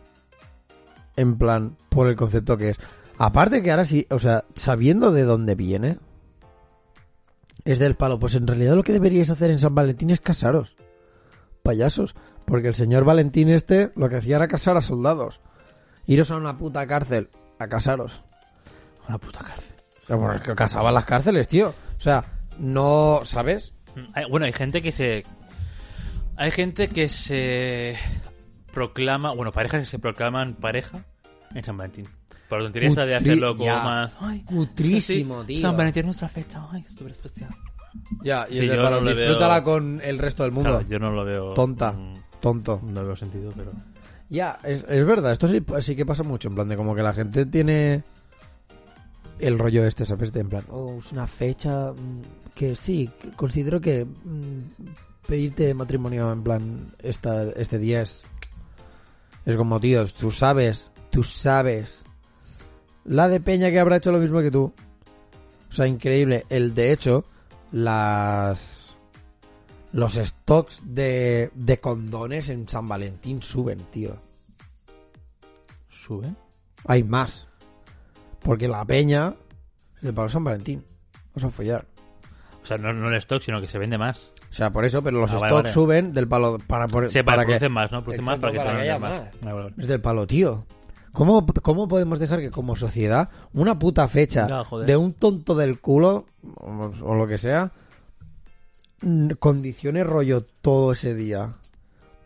En plan, por el concepto que es. Aparte que ahora sí, o sea, sabiendo de dónde viene, es del palo. Pues en realidad lo que deberíais hacer en San Valentín es casaros. Payasos. Porque el señor Valentín este lo que hacía era casar a soldados. Iros a una puta cárcel a casaros. Una puta cárcel. Porque casaban las cárceles, tío. O sea, no, ¿sabes? Hay- Bueno, hay gente que se. Hay gente que se proclama. Bueno, parejas que se proclaman pareja en San Valentín. Por la tontería esta de Cutri- hacerlo como ya. más. Ay, Cutrísimo, sí, tío. San Valentín es nuestra fecha. Ay, súper especial. Ya, y Sí, es de yo palo, no le veo- disfrútala con el resto del mundo. Claro, yo no lo veo. Tonta. mm, Tonto. No veo sentido, pero. Ya, es, es verdad. Esto sí, sí que pasa mucho. En plan de como que la gente tiene el rollo este, ¿sabes? De en plan, oh, es una fecha mm, que sí, que considero que mm, pedirte matrimonio en plan esta, este día es, es como, tío, tú sabes, tú sabes la de Peña que habrá hecho lo mismo que tú. O sea, increíble. El de hecho, las los stocks de, de condones en San Valentín suben, tío. Sube. Hay más. Porque la peña se paró San Valentín. Vamos a follar. O sea, no, no el stock, sino que se vende más. O sea, por eso, pero los Ah, vale, stocks vale. suben del palo para, por- Se para que producen más, ¿no? Producen más Exacto, para que se para que venda haya más. Ah, Vale, vale, vale. es del palo, tío. ¿Cómo, ¿Cómo podemos dejar que como sociedad una puta fecha Ya, joder. de un tonto del culo o, o lo que sea mm, condicione rollo todo ese día?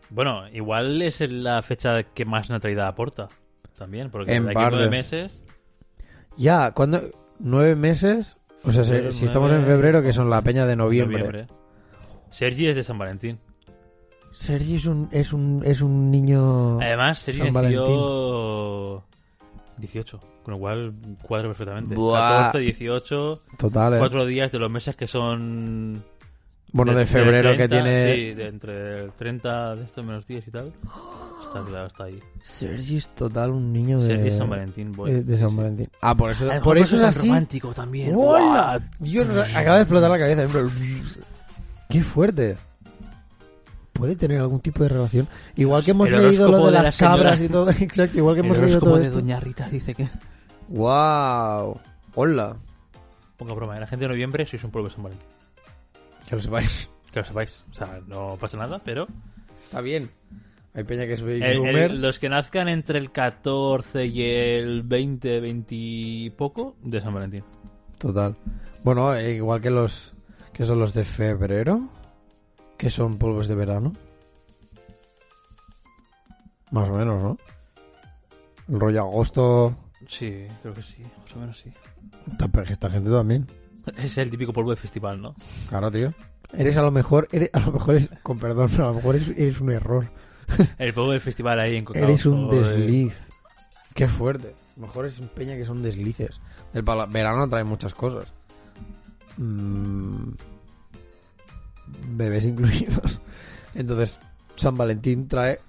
Bueno, igual es la fecha que más natalidad aporta. También, porque En de aquí a parte. nueve meses. Ya, cuando nueve meses, o sea, Febrero, se- si estamos en nueve, febrero que son la peña de noviembre. Noviembre. Sergi es de San Valentín. Sergi es un es un es un niño Además, Sergi San nació 18, con lo cual cuadra perfectamente. Buah. 14, 18, total. eh. cuatro días de los meses que son... Bueno, de, febrero del 30, que tiene Sí, de entre el 30 de estos menos días y tal. Está claro, está ahí. Sergi es total un niño de Sergi es San Valentín, boy. eh, de San Valentín. Ah, por eso A lo mejor por eso es tan así. romántico también. Buah. ¡Hola! Dios, acaba de explotar la cabeza. en plan, Qué fuerte. Puede tener algún tipo de relación. Igual que hemos El leído lo horóscopo de de la las señora. cabras y todo. Exacto, igual que hemos El leído horóscopo todo de esto. Doña Rita dice que... Wow. Hola. Ponga broma, ¿eh? la gente de noviembre sois un pueblo de San Valentín. Que lo sepáis. Que lo sepáis. O sea, no pasa nada, pero... Está bien. Hay peña que es baby El- el- boomer. los que nazcan entre el 14 y el 20, 20 y poco de San Valentín. Total. Bueno, eh, igual que los que son los de febrero, que son polvos de verano. Más o menos, ¿no? El rollo agosto. Sí, creo que sí, más o menos sí. Tampoco- Esta gente también. Es el típico polvo de festival, ¿no? Claro, tío. Eres a lo mejor, eres, a lo mejor es, con perdón, pero a lo mejor eres, eres un error. El polvo del festival ahí en Cocao. eres un Joder. desliz. Qué fuerte. A lo mejor es un peña que son deslices. El pala- verano trae muchas cosas. Mm, bebés incluidos. Entonces, San Valentín trae...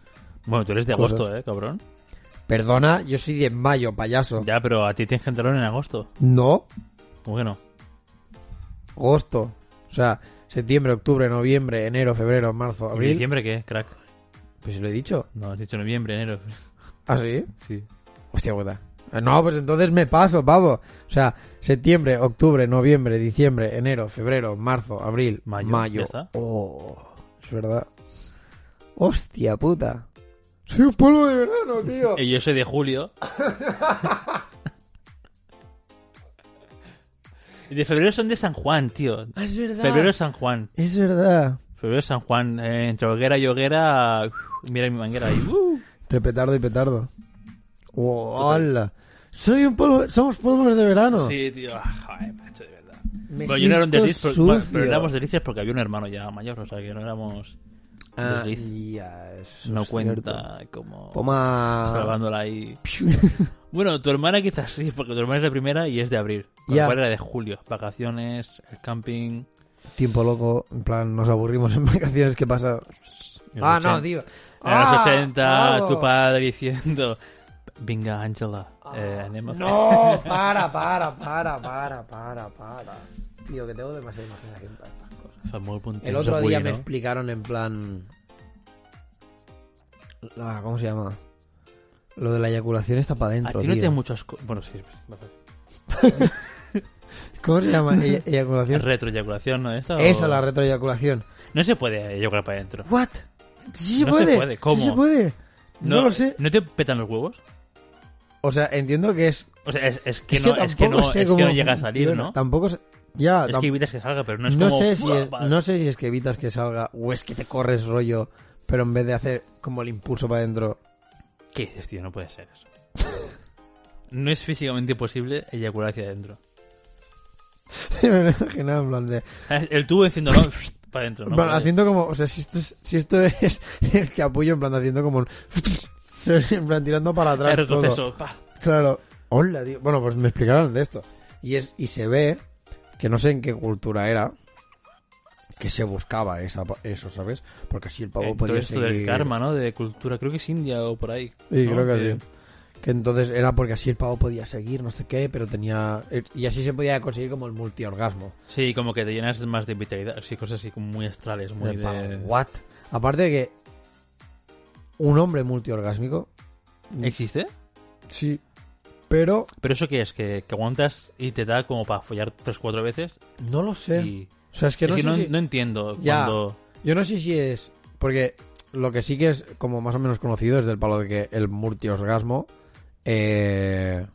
Bueno, tú eres de Cosas. agosto, ¿eh, cabrón? Perdona, yo soy de mayo, payaso. Ya, pero a ti te engendraron en agosto. No, ¿Cómo que no? agosto. O sea, septiembre, octubre, noviembre, enero, febrero, marzo, ¿Y abril. diciembre qué, crack? Pues lo he dicho. No, has dicho noviembre, enero. ¿Ah, sí? Sí. Hostia puta. No, pues entonces me paso, pavo. O sea, septiembre, octubre, noviembre, diciembre, enero, febrero, marzo, abril, Mayo, mayo. ya está. Oh, es verdad. Hostia puta. Soy un polvo de verano, tío. Y yo soy de julio. y de febrero son de San Juan, tío. Ah, es verdad. Febrero es San Juan. Es verdad. Febrero San Juan, eh, entre hoguera y hoguera, uf, mira mi manguera ahí. uh. Entre petardo y petardo. Oh, ¡Hola! Soy un polvo... Somos polvos de verano. Sí, tío, ah, joder, macho, de verdad. Bueno, yo no era un Mejito desliz, pero, bueno, sucio. pero éramos deslices porque había un hermano ya mayor, o sea que no éramos Ah, desliz. ya, eso No es cierto. cuenta como Toma. salvándola ahí. Bueno, tu hermana quizás sí, porque tu hermana es la primera y es de abril. Con Ya. lo cual era de julio. Vacaciones, el camping. Tiempo loco, en plan, nos aburrimos en vacaciones, ¿qué pasa? en Ah, los no, ochen- tío. Ah, En los 80, claro. tu padre diciendo, venga, Angela, eh, anema". Ah, No, Oh, para, para, para, para, para, para. Tío, que tengo demasiada imaginación para estas cosas. Famol Ponte, El no se otro día puede, me ¿no? explicaron en plan... la- ¿Cómo se llama? Lo de la eyaculación está para A adentro, ti no te tío. dan muchas co- Bueno, sí. ¿Cómo se llama? Ey- ¿Es eyaculación. retroeyaculación, no? ¿Esta, o- Eso, la retroeyaculación. No se puede eyacular para adentro. ¿What? Sí se No se puede. puede, ¿cómo? Sí se puede. No, lo sé. ¿No te petan los huevos? O sea, entiendo que es... O sea, es, es que, es no, que es que no, tampoco sé es que no cómo llega a salir, funciona. ¿no? Tampoco sé... Ya, Es tampoco- que evitas que salga, pero no es no, como... ah, sé si ¡fua! es, no sé si es que evitas que salga o es que te corres rollo, pero en vez de hacer como el impulso para adentro. ¿Qué dices, tío? No puede ser eso. no es físicamente posible eyacular hacia adentro. me lo imaginaba en plan de. El tubo diciéndolo para adentro, ¿no? en plan, puede. haciendo como. O sea, si esto es, si esto es el que apoyo, en plan haciendo como un. En plan tirando para El atrás. todo. retroceso, pa. Claro. Hola, tío. Bueno, pues me explicaron de esto. Y, es, y se ve que no sé en qué cultura era que se buscaba esa, pa- eso, ¿sabes? Porque así el pavo Eh, todo podía esto del seguir- karma, ¿no? De cultura, creo que es India o por ahí. Sí, ¿no? creo que sí. Que entonces era porque así el pavo podía seguir, no sé qué, pero tenía... Y así se podía conseguir como el multiorgasmo. Sí, como que te llenas más de vitalidad. Sí, cosas así como muy astrales, muy El de... pavo, what? Aparte de que un hombre multiorgásmico, Mm. ¿Existe? sí, pero ¿Pero eso qué es? ¿Que, que aguantas y te da como para follar tres, cuatro veces? no lo sé. Y... o sea, es que Es no que sé no, si- no entiendo Ya. cuando... Yo no sé si es. Porque lo que sí que es como más o menos conocido es del palo de que el multiorgasmo. eh,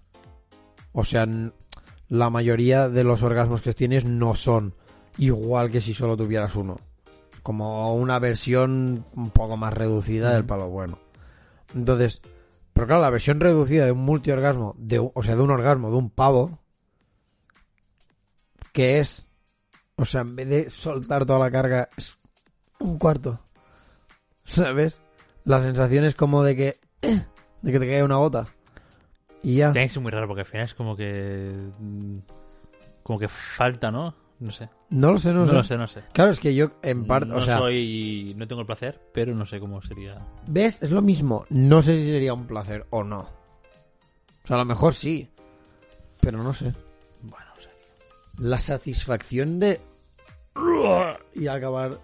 o sea, n- la mayoría de los orgasmos que tienes no son igual que si solo tuvieras uno. Como una versión un poco más reducida del palo bueno. Entonces, pero claro, la versión reducida de un multiorgasmo, de, u- o sea, de un orgasmo de un pavo, que es, o sea, en vez de soltar toda la carga, es un cuarto. ¿Sabes? La sensación es como de que, eh, de que te cae una gota. Y ya. Tiene que ser muy raro porque al final es como que... mm, Como que falta, ¿no? No sé. No lo sé, no, No sé. lo sé, no sé. Claro, es que yo, en parte, no o sea, soy... No tengo el placer, pero no sé cómo sería... ¿ves? Es lo mismo. No sé si sería un placer o no. O sea, a lo mejor sí. Pero no sé. Bueno, o sea... la satisfacción de y acabar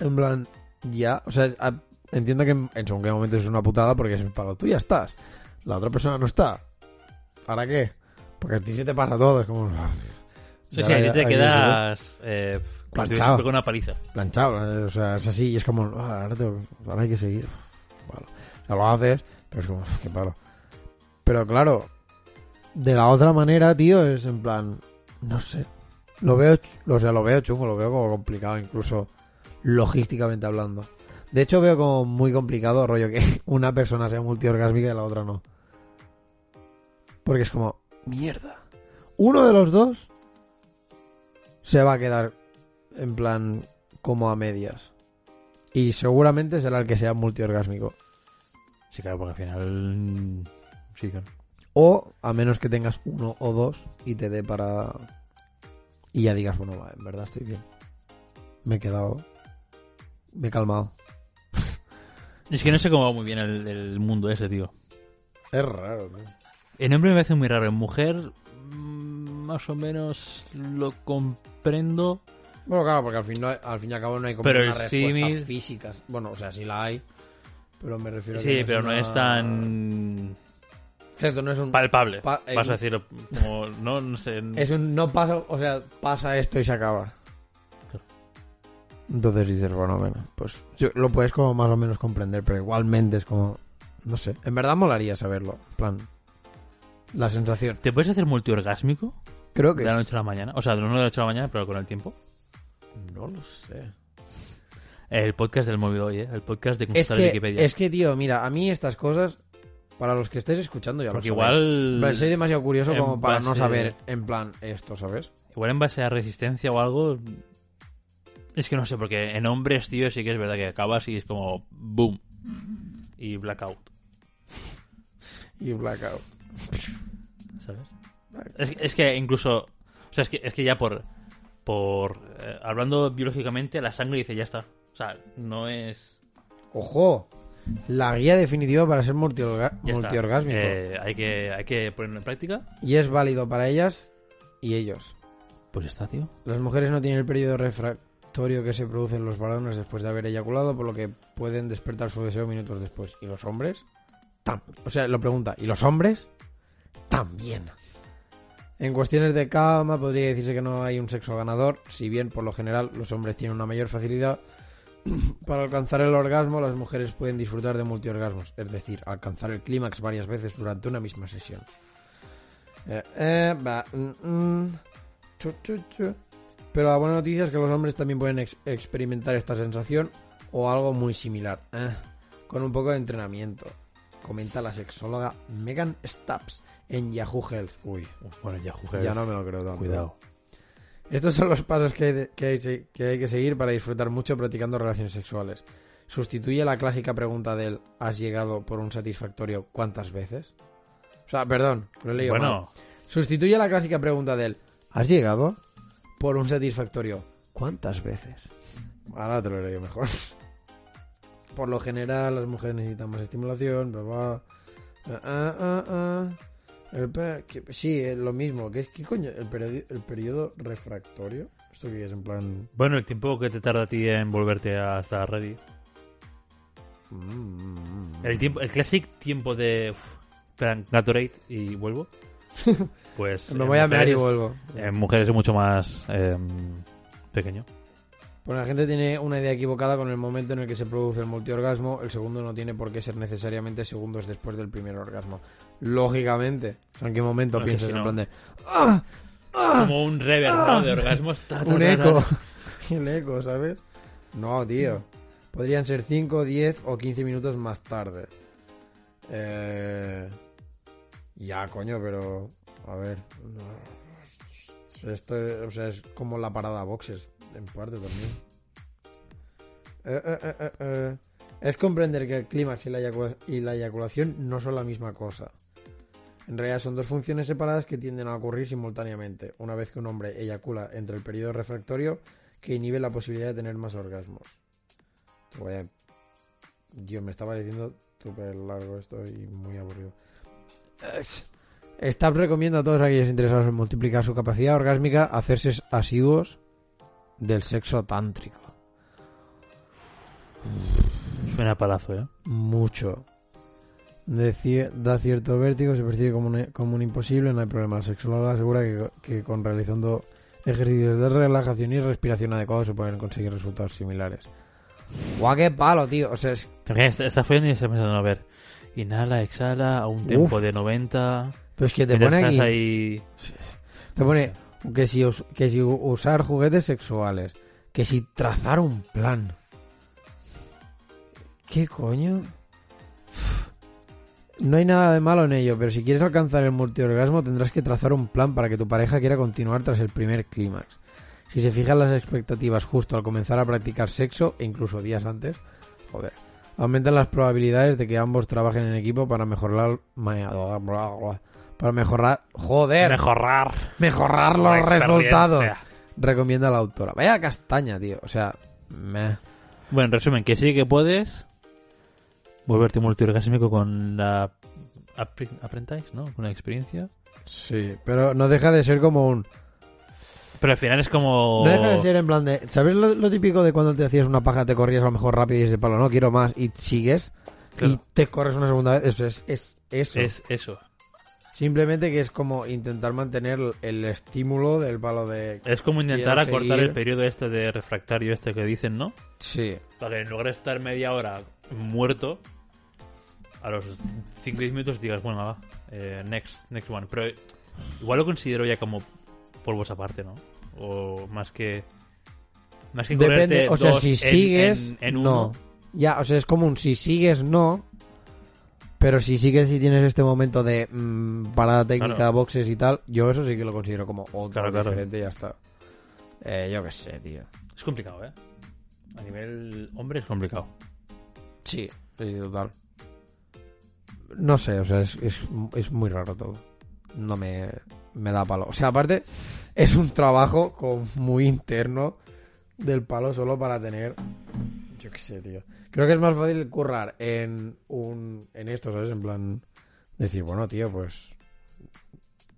en plan ya o sea a- entiendo que en en según qué momento es una putada porque es para tú ya estás la otra persona no está ahora qué porque a ti se te pasa todo es como Sí, Ya, sí, a ti ya, te ahí quedas... Eh, como si Planchado. te con una paliza. planchado eh, o sea es así y es como "Ah, ahora, tengo- ahora hay que seguir Vale. o sea lo haces pero es como qué palo pero claro de la otra manera tío es en plan no sé Lo veo, ch- o sea, lo veo chungo, lo veo como complicado, incluso logísticamente hablando. De hecho, veo como muy complicado, rollo, que una persona sea multiorgásmica y la otra no. Porque es como, mierda. Uno de los dos se va a quedar en plan como a medias. Y seguramente será el que sea multiorgásmico. Sí, claro, porque al final... mm, Sí, claro. O a menos que tengas uno o dos y te dé para. Y ya digas, bueno, va, en verdad estoy bien. Me he quedado. Me he calmado. Es que no sé cómo va muy bien el, el mundo ese, tío. Es raro, tío. En hombre me parece muy raro. En mujer, mm, más o menos lo comprendo. Bueno, claro, porque al fin, no hay- al fin y al cabo no hay como Pero una el respuesta símil- física. Bueno, o sea, sí la hay. Pero me refiero a que sí, pero no una- es tan Exacto, no es un. palpable. Pa- eh, vas a decirlo como, no, no sé. Es un no pasa, o sea, pasa esto y se acaba. Claro. Entonces dices, bueno, bueno, pues yo- lo puedes como más o menos comprender, pero igualmente es como, no sé, en verdad molaría saberlo, en plan, la sensación. ¿Te puedes hacer multiorgásmico Creo de que la es- noche a la mañana? O sea, no de la noche a la mañana, pero con el tiempo. no lo sé. El podcast del móvil hoy, ¿eh? El podcast de Es consultar que, Wikipedia. es que, tío, mira, a mí estas cosas, para los que estéis escuchando ya lo Porque sabéis. igual, Pero soy demasiado curioso en como para no base- saber, en plan, esto, ¿sabes? igual en base a resistencia o algo... Es que no sé, porque en hombres, tío, sí que es verdad que acabas y es como boom y blackout. Y blackout. ¿Sabes? Es, es que incluso. O sea, es que, es que ya por. por eh, hablando biológicamente, la sangre dice ya está. O sea, no es. ¡Ojo! La guía definitiva para ser multiorga- Ya está. multiorgásmico. Eh, hay, que, hay que ponerlo en práctica. y es válido para ellas y ellos. Pues está, tío. Las mujeres no tienen el periodo refractorio que se produce en los varones después de haber eyaculado, por lo que pueden despertar su deseo minutos después. ¿Y los hombres? También. O sea, lo pregunta, ¿y los hombres? También. En cuestiones de cama podría decirse que no hay un sexo ganador, si bien por lo general los hombres tienen una mayor facilidad para alcanzar el orgasmo, las mujeres pueden disfrutar de multiorgasmos, es decir, alcanzar el clímax varias veces durante una misma sesión. Eh, eh, va, mm, mm. Chu, chu, chu. Pero la buena noticia es que los hombres también pueden ex- experimentar esta sensación o algo muy similar, eh, con un poco de entrenamiento, comenta la sexóloga Megan Stubbs en Yahoo Health. Uy, Bueno, ya jugué. ya no me lo creo tanto. Pues, Cuidado. Estos son los pasos que hay, de- que hay- que hay que seguir para disfrutar mucho practicando relaciones sexuales. Sustituye la clásica pregunta del ¿has llegado por un satisfactorio cuántas veces? O sea, perdón, lo he leído mal. Bueno, Sustituye la clásica pregunta del ¿Has llegado? Por un satisfactorio. ¿Cuántas veces? Ahora te lo leo mejor. Por lo general, las mujeres necesitan más estimulación, bla, bla. Ah, ah, ah, ah. El pe- que- sí, es lo mismo. ¿Qué es qué coño? El, periodo, el periodo refractorio. Esto que es en plan. Bueno, el tiempo que te tarda a ti en volverte a estar ready. mm, mm, mm. El tiempo, el classic tiempo de. uf, Espera, Gatorade y vuelvo. Pues. Me en voy a mear y mujeres- vuelvo. En mujeres es mucho más eh, pequeño. Bueno, Pues la gente tiene una idea equivocada con el momento en el que se produce el multiorgasmo. El segundo no tiene por qué ser necesariamente segundos después del primer orgasmo. Lógicamente. O sea, ¿En qué momento No, es que piensas si en no- plan de... Como un reverb ¿no? de orgasmos. Ta, ta, Ah. Un ta, ta. eco. El eco, ¿sabes? No, tío. Podrían ser 5, 10 o 15 minutos más tarde. Eh... Ya, coño, pero... A ver... no. Esto o sea, es como la parada a boxes, en parte también. Eh, eh, eh, eh, eh. Es comprender que el clímax y la, eyacu- y la eyaculación no son la misma cosa. En realidad son dos funciones separadas que tienden a ocurrir simultáneamente, una vez que un hombre eyacula entre el periodo refractorio que inhibe la posibilidad de tener más orgasmos. Te voy a- Dios, me está pareciendo súper largo esto y muy aburrido. Stab recomienda a todos aquellos interesados en multiplicar su capacidad orgásmica hacerse asiduos del sexo tántrico. Suena a palazo, ¿eh? Mucho. Deci- da cierto vértigo, se percibe como un, como un imposible, no hay problema. La sexóloga asegura que, que con realizando ejercicios de relajación y respiración adecuados se pueden conseguir resultados similares. Guau, qué palo, tío. O sea, es- Te imaginas, Estás follando y estás pensando, a ver. Inhala, exhala, a un tiempo de 90. Pero es que te Mira, pone estás aquí, ahí. te pone que si, us- que si u- usar juguetes sexuales, que si trazar un plan. ¿Qué coño? No hay nada de malo en ello, pero si quieres alcanzar el multiorgasmo tendrás que trazar un plan para que tu pareja quiera continuar tras el primer clímax. Si se fijan las expectativas justo al comenzar a practicar sexo, e incluso días antes, joder, aumentan las probabilidades de que ambos trabajen en equipo para mejorar... Para mejorar... Joder, Mejorar. mejorar la los experiencia. resultados. Recomienda la autora. Vaya castaña, tío. O sea, meh. Bueno, en resumen, que sí que puedes volverte multiorgásmico con la apre- apprentice, ¿no? Con la experiencia. Sí, pero no deja de ser como un... Pero al final es como... No deja de ser en plan de... ¿Sabes lo, lo típico de cuando te hacías una paja, te corrías a lo mejor rápido y dices, palo, no quiero más, y sigues, Claro, y te corres una segunda vez? Eso es, es eso. es eso. Simplemente que es como intentar mantener el estímulo del palo de... Es como intentar Quiero acortar seguir. el periodo este de refractario este que dicen, ¿no? Sí. Para que en lugar de estar media hora muerto, a los 5-10 minutos digas, bueno, va, eh, next, next one. Pero eh, igual lo considero ya como polvos aparte, ¿no? O más que... Más que Depende, correrte o sea, dos si en- sigues, en, en uno, no. Ya, o sea, es como un si sigues, no. Pero si sigues y tienes este momento de mm, parada técnica, Claro. boxes y tal, yo eso sí que lo considero como otro Claro, claro. diferente y ya está. Eh, yo qué sé, tío. Es complicado, ¿eh? A nivel hombre es complicado. Sí, sí, total. No sé, o sea, es, es, es muy raro todo. No me, me da palo. O sea, aparte, es un trabajo con- muy interno del palo solo para tener. Yo qué sé, tío. creo que es más fácil currar en, un, en esto, ¿sabes? En plan, decir, bueno, tío, pues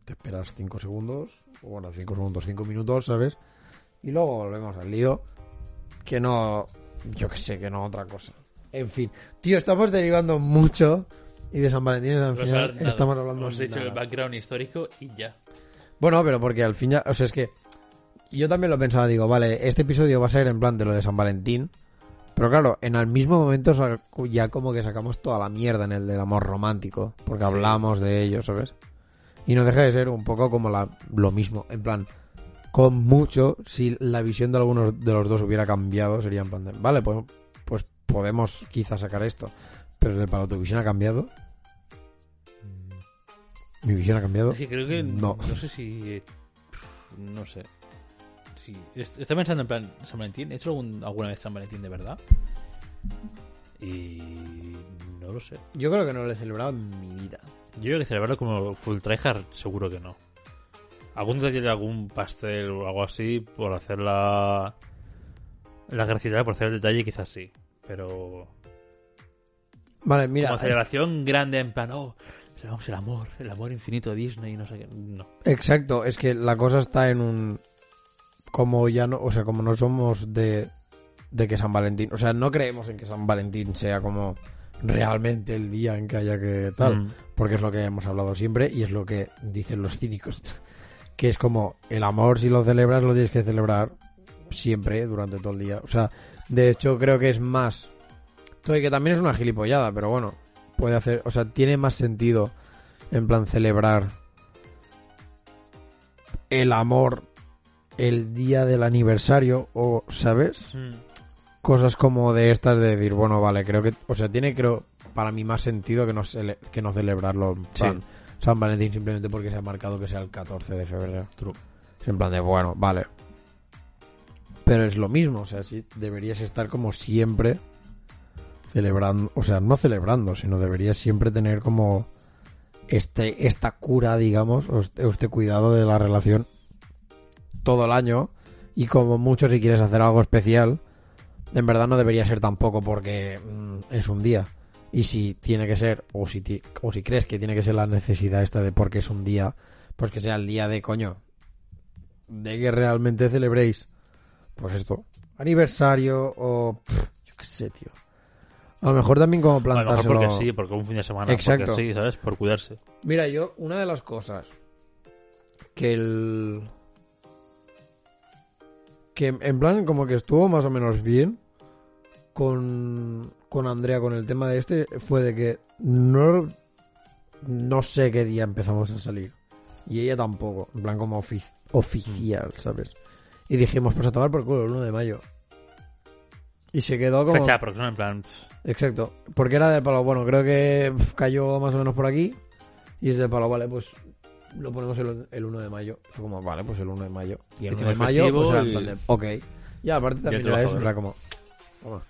te esperas 5 segundos, o bueno, 5 segundos, 5 minutos, ¿sabes? Y luego volvemos al lío, que no, yo que sé, que no otra cosa. En fin, tío, estamos derivando mucho y de San Valentín al final estamos hablando Hemos de hecho el nada. background histórico y ya. Bueno, pero porque al fin ya. O sea, es que. Yo también lo pensaba, digo, vale, este episodio va a ser en plan de lo de San Valentín. Pero claro, en el mismo momento sa- ya como que sacamos toda la mierda en el del amor romántico. Porque hablamos de ello, ¿sabes? Y no deja de ser un poco como la, lo mismo. En plan, con mucho, si la visión de algunos de los dos hubiera cambiado, sería en plan de, vale, pues, pues podemos quizás sacar esto. Pero el para tu visión ha cambiado. Mi visión ha cambiado. Es que creo que. No. No. sé si. eh, No sé. Sí, est- Estoy pensando en plan San Valentín. ¿He hecho algún- alguna vez San Valentín de verdad? Y. No lo sé. Yo creo que no lo he celebrado en mi vida. Yo creo que celebrarlo como full tryhard, seguro que no. algún detalle de algún pastel o algo así por hacer la la gracieta por hacer el detalle quizás sí pero Vale, como mira, celebración grande en plan oh celebramos el amor el amor infinito de Disney no sé qué no eh, Exacto, es que la cosa está en un. Como ya no. O sea, como no somos de. De que San Valentín. O sea, no creemos en que San Valentín sea como. Realmente el día en que haya que tal. Mm. Porque es lo que hemos hablado siempre y es lo que dicen los cínicos. Que es como. El amor, si lo celebras, lo tienes que celebrar siempre, durante todo el día. O sea, de hecho, creo que es más. Todo y que también es una gilipollada, pero bueno. Puede hacer. O sea, tiene más sentido. En plan, celebrar el amor el día del aniversario o sabes Mm. cosas como de estas de decir bueno vale creo que o sea tiene creo para mí más sentido que no cele- que no celebrarlo en plan San Valentín simplemente porque se ha marcado que sea el 14 de febrero True. Es en plan de bueno vale pero es lo mismo o sea sí deberías estar como siempre celebrando o sea no celebrando sino deberías siempre tener como este esta cura digamos o este- o este cuidado de la relación todo el año y como mucho si quieres hacer algo especial, en verdad no debería ser tampoco porque mm, es un día. Y si tiene que ser, o si, ti- o si crees que tiene que ser la necesidad esta de porque es un día, pues que sea el día de coño, de que realmente celebréis, pues esto, aniversario o pff, yo qué sé, tío. A lo mejor también A como lo mejor plantárselo... porque sí, porque un fin de semana. Exacto. Porque sí, ¿sabes? Por cuidarse. Mira, yo, una de las cosas que el. que en plan, como que estuvo más o menos bien con. con Andrea, con el tema de este, fue de que no. no sé qué día empezamos a salir. Y ella tampoco, en plan, como ofi- oficial, ¿sabes? Y dijimos, pues a tomar por culo el 1 de mayo. Y se quedó como. Fecha próxima, en plan. pff, Exacto, porque era del palo, bueno, creo que pf, cayó más o menos por aquí y es del palo, vale, pues lo ponemos el, el 1 de mayo. Fue como, vale, pues el 1 de mayo. Y el 1 Hicimos de mayo, festivo pues era y- en plan de, ok. Y aparte también era eso, trabajador. era como, toma.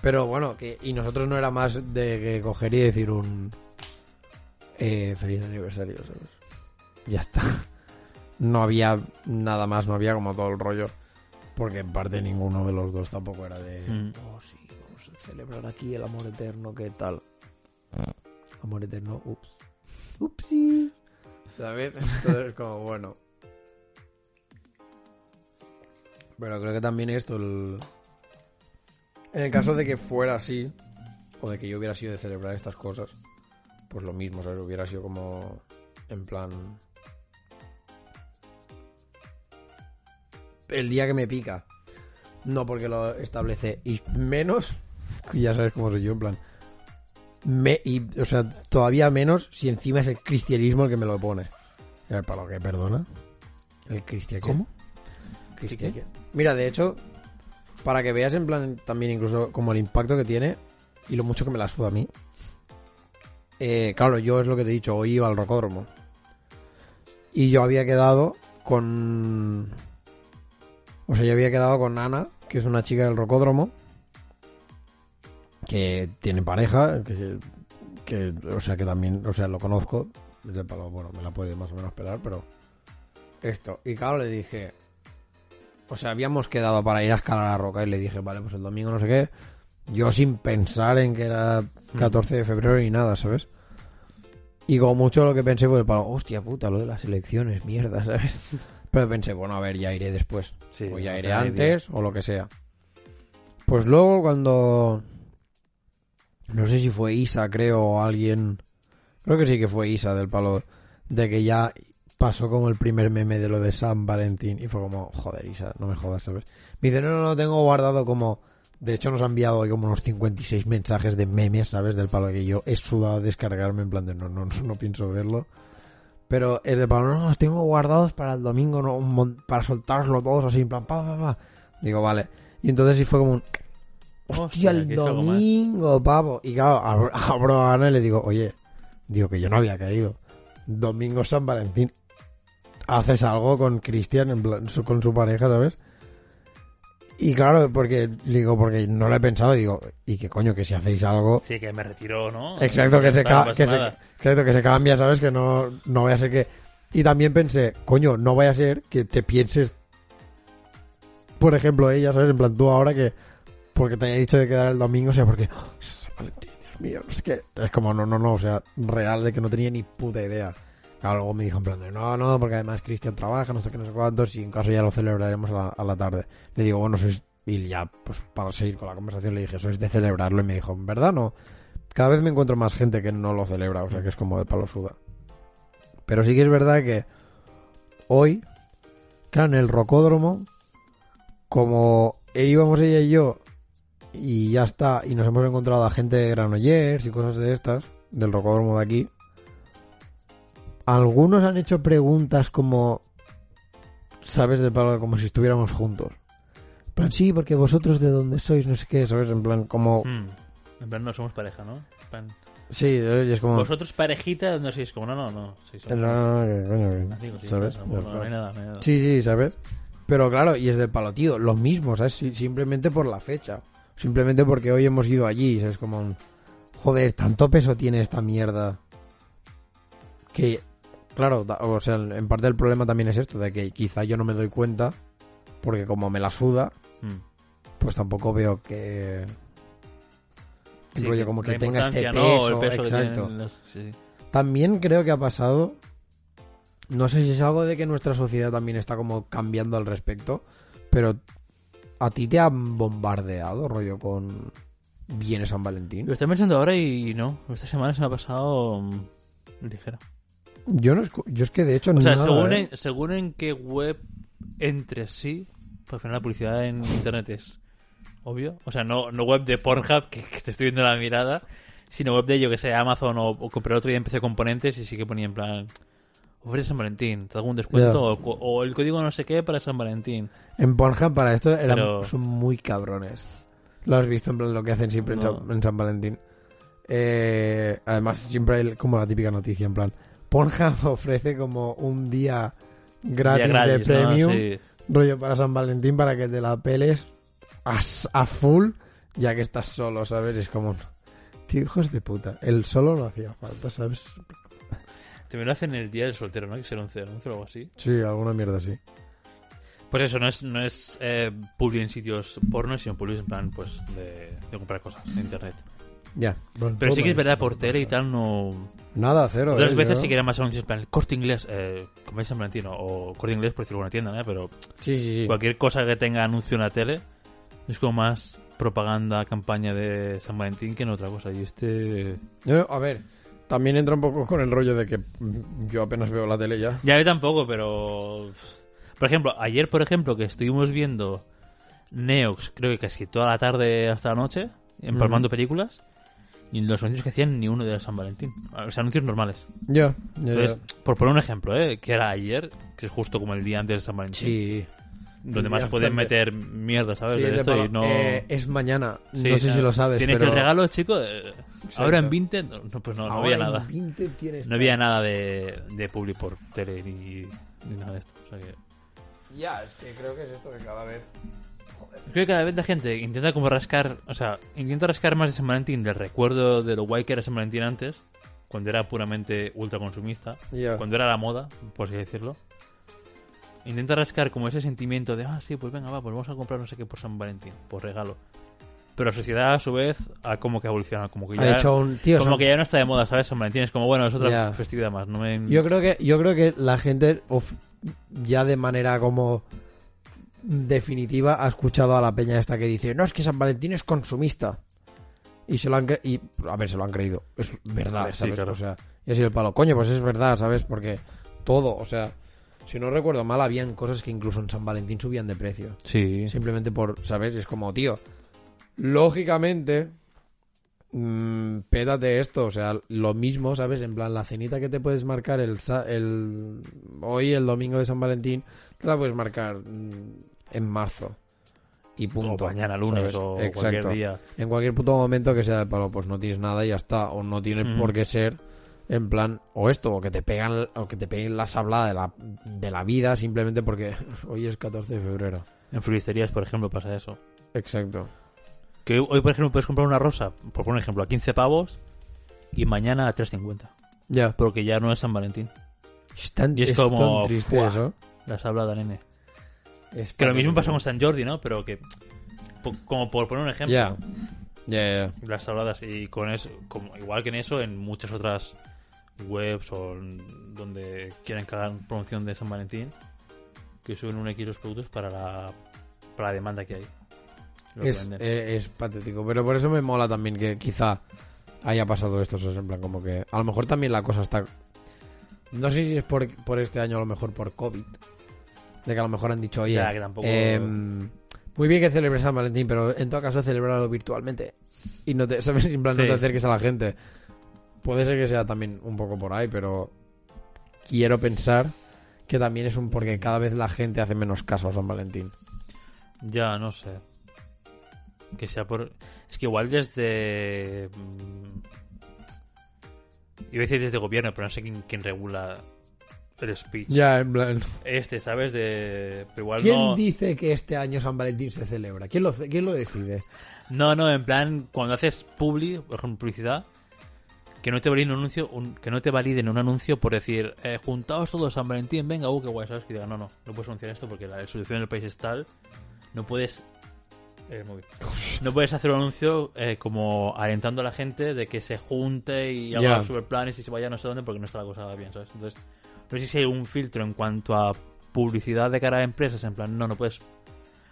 Pero bueno, que y nosotros no era más de que coger y decir un eh, feliz aniversario, ¿sabes? Ya está. No había nada más, no había como todo el rollo. Porque en parte ninguno de los dos tampoco era de... Mm. Oh, sí, vamos a celebrar aquí el amor eterno, ¿qué tal? Amor eterno, ups. Upsi. ¿Sabes? Entonces es como, bueno. Pero creo que también esto, el... en el caso de que fuera así, o de que yo hubiera sido de celebrar estas cosas, pues lo mismo, ¿sabes? Hubiera sido como, en plan... El día que me pica. No porque lo establece. Y menos, ya sabes cómo soy yo, en plan. Me, y, o sea, todavía menos si encima es el cristianismo el que me lo pone. Eh, ¿Para lo que perdona? ¿El cristian qué? ¿Cómo? ¿Cristian qué? Mira, de hecho, para que veas en plan también incluso como el impacto que tiene y lo mucho que me la suda a mí. Eh, claro, yo es lo que te he dicho, hoy iba al rocódromo. Y yo había quedado con... O sea, yo había quedado con Ana, que es una chica del rocódromo, que tiene pareja, que se- que o sea que también o sea lo conozco es del palo, bueno me la puede más o menos pelar pero esto y claro le dije o sea habíamos quedado para ir a escalar la roca y le dije vale pues el domingo no sé qué yo sin pensar en que era Mm. 14 de febrero ni nada sabes y como mucho lo que pensé fue el palo hostia puta lo de las elecciones mierda sabes pero pensé bueno a ver ya iré después Sí, o ya no iré tenía antes o lo que sea pues luego cuando no sé si fue Isa, creo, o alguien. Creo que sí que fue Isa del palo. De que ya pasó como el primer meme de lo de San Valentín. Y fue como, joder, Isa, no me jodas, ¿sabes? Me dice, no, no, no, tengo guardado como. De hecho, nos ha enviado hoy como unos 56 mensajes de memes, ¿sabes? Del palo que yo he sudado a descargarme en plan de no, no, no, no pienso verlo. Pero es de palo, no, no, los tengo guardados para el domingo, no, un mon- para soltarlo todos así, en plan, pa, pa, pa. Digo, vale. Y entonces sí fue como un. Hostia, Hostia, el que hizo algo más". domingo, pavo. Y claro, abro, abro a Ana y le digo, oye, digo que yo no había caído. Domingo San Valentín. Haces algo con Cristian, en plan, su- con su pareja, ¿sabes? Y claro, porque digo, porque no lo he pensado, digo, y que coño, que si hacéis algo. Sí, que me retiró, ¿no? Exacto, Ya que se, está, no ca- pasa que se- nada. exacto, que se cambia, ¿sabes? Que no, no voy a ser que Y también pensé, coño, no vaya a ser que te pienses, por ejemplo, ella, ¿sabes? En plan, tú ahora que, porque te haya dicho de quedar el domingo, o sea, porque, "Oh, es San Valentín, Dios mío, es que, es como, no, no, no, o sea, real de que no tenía ni puta idea. Claro, luego me dijo en plan de, no, no, porque además Cristian trabaja, no sé qué, no sé cuántos, y en caso ya lo celebraremos a la, a la tarde. Le digo, bueno, sois, y ya, pues para seguir con la conversación le dije, sois de celebrarlo, y me dijo, en verdad no. Cada vez me encuentro más gente que no lo celebra, o sea, que es como de palo suda. Pero sí que es verdad que hoy, claro, en el rocódromo, como íbamos ella y yo, y ya está, y nos hemos encontrado a gente de Granollers y cosas de estas, del rocódromo de aquí, algunos han hecho preguntas como, ¿sabes? De palo, como si estuviéramos juntos. En plan, sí, porque vosotros de dónde sois, no sé qué, ¿sabes? En plan, como... Mm. En plan, no somos pareja, ¿no? En plan, Sí, eh, y es como... Vosotros parejita, no sé, es como, no, no, no. Sí, No, somos no, no, ah, que coño, que- amigos, sí, ¿sabes? somos- Ya no, no está. hay nada, no hay nada. Sí, sí, ¿sabes? Pero claro, y es del palo, tío, lo mismo, ¿sabes? Si- Simplemente por la fecha. Simplemente porque hoy hemos ido allí, es como un... Joder, tanto peso tiene esta mierda. Que, claro, da- o sea, en parte el problema también es esto, de que quizá yo no me doy cuenta, porque como me la suda, Mm. pues tampoco veo que... Sí, rollo, como que la tenga este importancia, ¿no? peso, O el peso que exacto. tienen los- sí, sí. También creo que ha pasado. No sé si es algo de que nuestra sociedad también está como cambiando al respecto, pero a ti te han bombardeado, rollo, con viene San Lo Valentín. estoy pensando ahora y no. Esta semana se me ha pasado mm, ligera. Yo no escu- yo es que de hecho O sea, nada, según, e- ¿eh? en, según en qué web entre sí, pues al final la publicidad en internet es obvio. O sea, no, no web de Pornhub, que, que te estoy viendo la mirada, sino web de yo que sé, Amazon o, o compré otro día en PC Componentes y sí que ponía en plan. Ofrece San Valentín, te hago un descuento Ya. o, cu- o el código no sé qué para San Valentín. En Pornhub para esto eran, Pero- son muy cabrones. Lo has visto en plan lo que hacen siempre en No. San- en San Valentín. Eh, además, siempre hay como la típica noticia, en plan, Pornhub ofrece como un día gratis, Ya gratis, de ¿no? premium. Sí. rollo para San Valentín para que te la peles a, s- a full ya que estás solo, ¿sabes? Es como... Tío, hijos de puta. El solo no hacía falta, ¿sabes? También lo hacen el día del soltero, ¿no? Que es el 11 de 11 o algo así. Sí, alguna mierda así. Pues eso, no es, no es eh, publi en sitios porno, sino publi en plan, pues, de, de comprar cosas en internet. Ya. Pero sí que es verdad, por tele y tal, no... Nada, cero. Otras eh, veces yo- sí que era más anuncios en plan, corte inglés, eh, como es San Valentín, o corte inglés por decirlo en una tienda, ¿eh? Pero Sí, sí, sí. cualquier cosa que tenga anuncio en la tele es como más propaganda, campaña de San Valentín que en otra cosa. Y este... Yo, a ver, también entra un poco con el rollo de que mm, yo apenas veo la tele ya. Ya yo tampoco, pero... Por ejemplo, ayer, por ejemplo, que estuvimos viendo Neox, creo que casi toda la tarde hasta la noche, empalmando películas, y los anuncios que hacían ni uno de San Valentín. O sea, anuncios normales. Ya, ya, ya. Entonces, por poner un ejemplo, ¿eh? que era ayer, que es justo como el día antes de San Valentín, Sí. donde más Ya, pueden bastante. meter mierda, ¿sabes? Sí, de de esto palo. y no... Eh, es mañana. Sí, no sé si eh, lo sabes, ¿Tienes pero... el regalo, chico? Eh, ahora en 20, no, no, pues no, no había ahora en nada. 20 tienes No había nada de, de publi por tele ni, ni nada de esto. O sea que... Ya, es que creo que es esto que cada vez... Creo que cada vez la gente intenta como rascar, o sea, intenta rascar más de San Valentín del recuerdo de lo guay que era San Valentín antes, cuando era puramente ultraconsumista, Ya. cuando era la moda, por así decirlo. Intenta rascar como ese sentimiento de, ah, sí, pues venga, va, pues vamos a comprar no sé qué por San Valentín, por regalo. Pero la sociedad, a su vez, ha como que evolucionado, como que Ha ya, hecho un tío. como son- que ya no está de moda, ¿sabes? San Valentín es como, bueno, es otra Ya. festividad más, no me... Yo creo que yo creo que la gente of- ya de manera como definitiva ha escuchado a la peña esta que dice no es que San Valentín es consumista y se lo han cre- y a ver se lo han creído es verdad Sí, ¿sabes? claro. o sea y ha sido el palo coño pues es verdad sabes porque todo o sea si no recuerdo mal habían cosas que incluso en San Valentín subían de precio Sí, Simplemente por, ¿sabes? Es como, tío, lógicamente, mm, pétate esto, o sea, lo mismo, ¿sabes? En plan, la cenita que te puedes marcar el, sa- el hoy, el domingo de San Valentín, te la puedes marcar mm, en marzo. Y punto. o mañana lunes ¿sabes? o Exacto. cualquier día. En cualquier puto momento que sea de palo, pues no tienes nada y ya está. O no tiene Mm. por qué ser en plan, o esto, o que te pegan, o que te peguen la sablada de la, de la vida simplemente porque hoy es 14 de febrero. En floristerías, por ejemplo, pasa eso. Exacto. Que hoy, por ejemplo, puedes comprar una rosa, por poner un ejemplo, a 15 pavos y mañana a 3.50. Ya. Porque ya no es San Valentín. Es tan, Y es como, tan triste ¡fua! eso. Las habla hablado, nene. Es Que lo patético. mismo pasa con San Jordi, ¿no? Pero que, po- como por poner un ejemplo, Ya. Ya, ya. las habladas y con eso, como, igual que en eso, en muchas otras webs o en donde quieren cagar promoción de San Valentín, que suben un X los productos para la, para la demanda que hay. Lo que Es, venden. eh, es patético, pero por eso me mola también que quizá haya pasado esto, ¿sabes? en plan como que a lo mejor también la cosa está... No sé si es por, por este año, a lo mejor por COVID, de que a lo mejor han dicho, oye, Ya, que tampoco- em, muy bien que celebres San Valentín, pero en todo caso celebrarlo virtualmente y no te, ¿sabes? En plan, no Sí. te acerques a la gente. Puede ser que sea también un poco por ahí, pero quiero pensar que también es un porque cada vez la gente hace menos caso a San Valentín. Ya, no sé. Que sea por. Es que igual desde. mm, Iba a decir desde gobierno, pero no sé quién, quién regula el speech. Ya, en plan... Este, ¿sabes? De. Pero igual ¿Quién no. dice que este año San Valentín se celebra? ¿Quién lo, ce- quién lo decide? No, no, en plan, cuando haces publi, por ejemplo, publicidad, que no te validen un anuncio, un- que no te validen un anuncio por decir, eh, juntaos todos San Valentín, venga, uh, qué guay, ¿sabes? Que digan, no, no, no puedes anunciar esto porque la solución del país es tal, no puedes... eh, móvil. No puedes hacer un anuncio eh, como alentando a la gente de que se junte y haga Ya. los superplanes y se vaya a no sé dónde porque no está la cosa bien, ¿sabes? Entonces, no sé si hay un filtro en cuanto a publicidad de cara a empresas, en plan, no, no puedes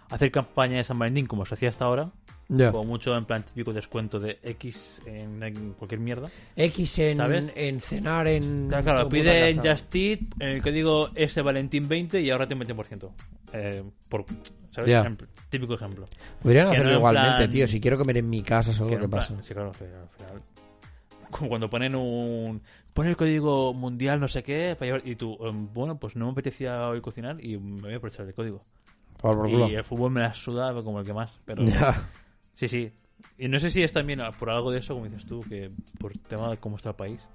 hacer campaña de San Valentín como se hacía hasta ahora, Ya. como mucho en plan típico descuento de X en, en cualquier mierda. X en, ¿Sabes? en cenar en... Claro, claro, tu puta pide en casa. Just Eat el código S Valentín 20 y ahorrate un 20%. Eh, por, ¿Sabes? Ya. Ejemplo, típico ejemplo. Podrían que hacerlo no en igualmente, plan- tío. Si quiero comer en mi casa, eso es Que lo que en plan- pasa. Sí, claro, que al final. Como cuando ponen un. Pon el código mundial, no sé qué, para llevar- y tú, em, bueno, pues no me apetecía hoy cocinar y me voy a aprovechar del código. Por por culo. Y el fútbol me la suda como el que más, pero. Ya. Sí, sí. Y no sé si es también por algo de eso, como dices tú, que por tema de cómo está el país.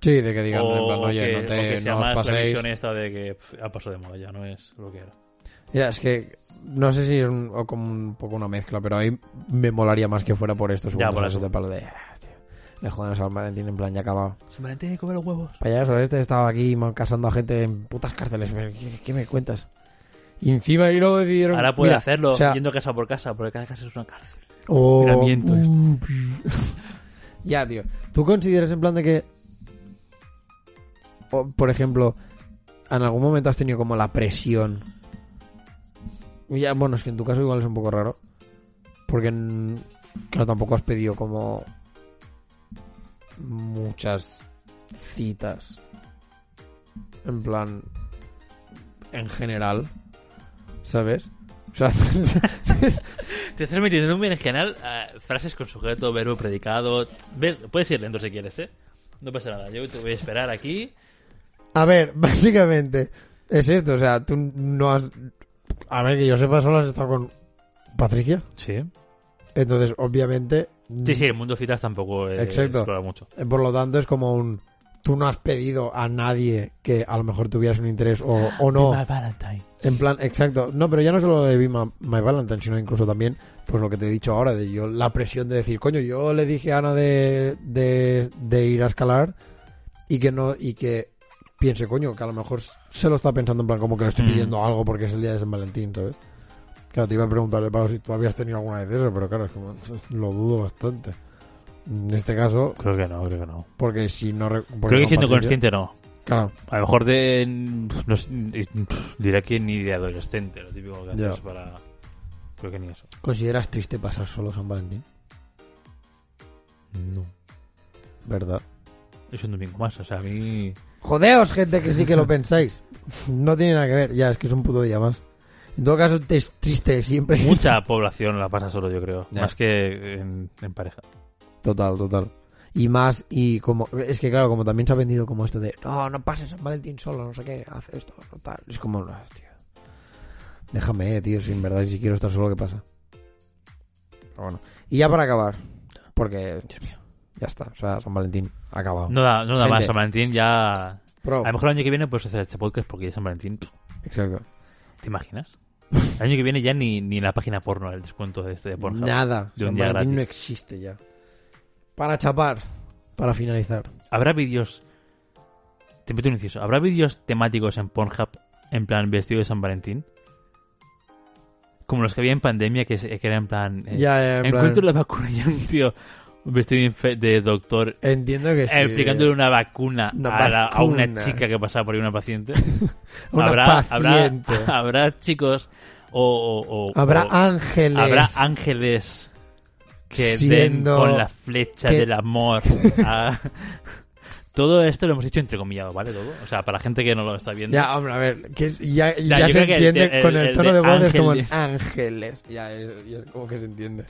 Sí, de que digan, en o, plan, oye, que, no, o que te, sea no os más la paséis. visión esta de que pf, ha pasado de moda, ya no es lo que era. Ya, es que no sé si es un, o como un poco una mezcla, pero ahí me molaría más que fuera por esto. supongo, por ¿sabes? eso. De palo de... "Ah, tío, Le joden a San Valentín, en plan, ya acabado. Se me tiene que comer los huevos. payaso este estaba aquí casando a gente en putas cárceles. ¿Qué, qué me cuentas? Y encima y luego decidieron... Ahora puede Mira, hacerlo o sea, yendo casa por casa, porque cada casa es una cárcel. o- tiramiento este. Uh, ya, tío. ¿Tú consideras en plan de que... o, por ejemplo, en algún momento has tenido como la presión... Ya, bueno, es que en tu caso igual es un poco raro. Porque, en- claro, tampoco has pedido como... Muchas citas. En plan... En general. ¿Sabes? O sea, Te estás metiendo muy en general eh, frases con sujeto, verbo, predicado. ¿Ves? Puedes ir lento si quieres, ¿eh? No pasa nada, yo te voy a esperar aquí. A ver, básicamente es esto, o sea, tú no has... A ver, que yo sepa, solo has estado con Patricia. Sí. Entonces, obviamente... Sí, sí, el mundo citas tampoco eh, Exacto. explora mucho. eh, Por lo tanto, es como un... Tú no has pedido a nadie que a lo mejor tuvieras un interés o, o no. Valentine. En plan, exacto. No, pero ya no solo de Be My, My Valentine, sino incluso también, pues lo que te he dicho ahora, de yo la presión de decir, coño, yo le dije a Ana de, de, de ir a escalar y que no, y que piense, coño, que a lo mejor se lo está pensando en plan como que le estoy Mm. pidiendo algo porque es el día de San Valentín, ¿sabes? Claro, te iba a preguntar de paso si tú habías tenido alguna vez eso, pero claro, es como, lo dudo bastante. En este caso, Creo que no, creo que no. porque si no... re- porque Creo que con siendo Patricia- consciente no. Claro, A lo mejor de. No, sé, eh, diré que ni de adolescente, lo típico que haces Ya. para. Creo que ni eso. ¿consideras triste pasar solo San Valentín? No. ¿Verdad? Es un domingo más, o sea, a mí. Jodeos, gente que sí que lo pensáis. No tiene nada que ver, ya, es que es un puto día más. En todo caso, te es triste siempre. Mucha población la pasa solo, yo creo. Ya. Más que en, en pareja. Total, total. Y más, y como, es que claro, como también se ha vendido como esto de, no, no pases San Valentín solo, no sé qué, haz esto, no tal. Es como, no, tío. Déjame, eh, tío, si en verdad si quiero estar solo, ¿qué pasa? Pero bueno. Y ya para acabar, porque, Dios mío, ya está, o sea, San Valentín, acabado. No da, no da más, Gente. Oh. San Valentín ya. Pro, A lo mejor el año que viene puedes hacer este podcast porque ya San Valentín. pff, exacto. ¿Te imaginas? El año que viene ya ni, ni en la página porno el descuento de este de Pornhub. Nada. De un San día gratis. Valentín no existe ya. Para chapar, para finalizar. Habrá vídeos Te meto un inciso. ¿Habrá vídeos temáticos en Pornhub en plan vestido de San Valentín? Como los que había en pandemia, que, se- que era en plan. eh, Ya, ya, en plan- encuentro la vacuna y un tío vestido de infe- de doctor eh, Entiendo que Eh, sí. explicándole una vacuna, Una a, la- a una vacuna. chica que pasaba por ahí, una paciente. Una habrá, habrá, paciente. habrá chicos o, o- o- Habrá o- ángeles. habrá ángeles que Siendo den con la flecha que- del amor. a- Todo esto lo hemos dicho entrecomillado, ¿vale? Todo. O sea, para la gente que no lo está viendo. Ya, hombre, a ver, que es- ya, Ya, ya yo se creo que el entiende de- el- con el, el tono de de voz, es como ángeles. ángeles. Ya es, ya es como que se entiende.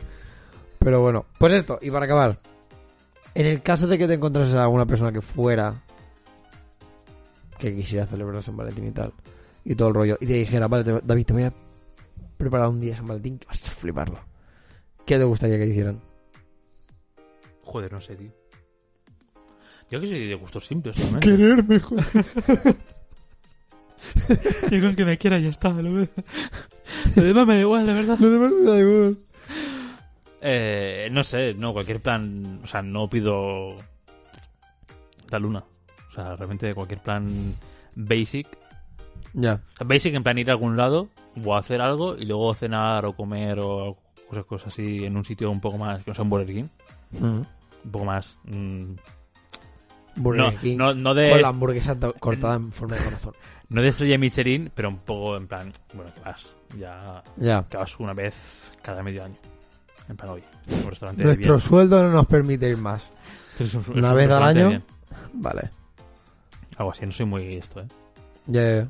Pero bueno, pues esto, y para acabar. En el caso de que te encontrases a alguna persona que fuera, que quisiera celebrar San Valentín y tal, y todo el rollo, y te dijera, vale, te- David, te voy a preparar un día San Valentín que vas a fliparlo. ¿Qué te gustaría que hicieran? Joder, no sé, tío. Yo que soy de gustos simples, solamente. Quererme, Yo con que me quiera ya está. Lo, lo demás me da igual, la verdad. No demás me da igual. Eh, no sé, no, cualquier plan. O sea, no pido la luna. O sea, realmente cualquier plan basic. Ya, O sea, Basic en plan ir a algún lado o hacer algo y luego cenar o comer o cosas, cosas así en un sitio un poco más que no sea un Burger King. Mm. Un poco más. mm, Burger no, King, no, no con la de, hamburguesa to- cortada en forma de corazón. no de estrella Michelin, pero un poco en plan. Bueno, que vas. Ya Ya. que vas una vez cada medio año. En plan, oye, este es un restaurante. Nuestro bien. sueldo no nos permite ir más. Este es un- es una un vez al restaurante año. bien. Vale. Algo así, no soy muy esto, ¿eh? Ya, ya, ya.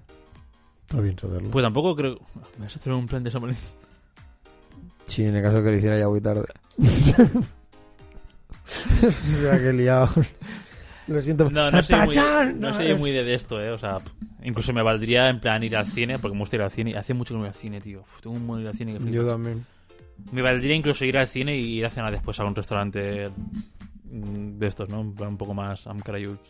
Está bien saberlo. Pues tampoco creo. ¿Me vas a hacer un plan de San Valentín? Sí, en el caso que lo hiciera ya voy tarde. o sea, que liado. Lo siento. No, no soy, muy, ¡Tachan! no No, soy es- muy de esto, ¿eh? O sea, pff, incluso me valdría en plan ir al cine, porque me gusta ir al cine. Hace mucho que no voy al cine, tío. Uf, tengo un montón de ir al cine que flipas. Yo también. Me valdría incluso ir al cine y ir a cenar después a un restaurante mm, de estos, ¿no? En plan, un poco más amcarayuch.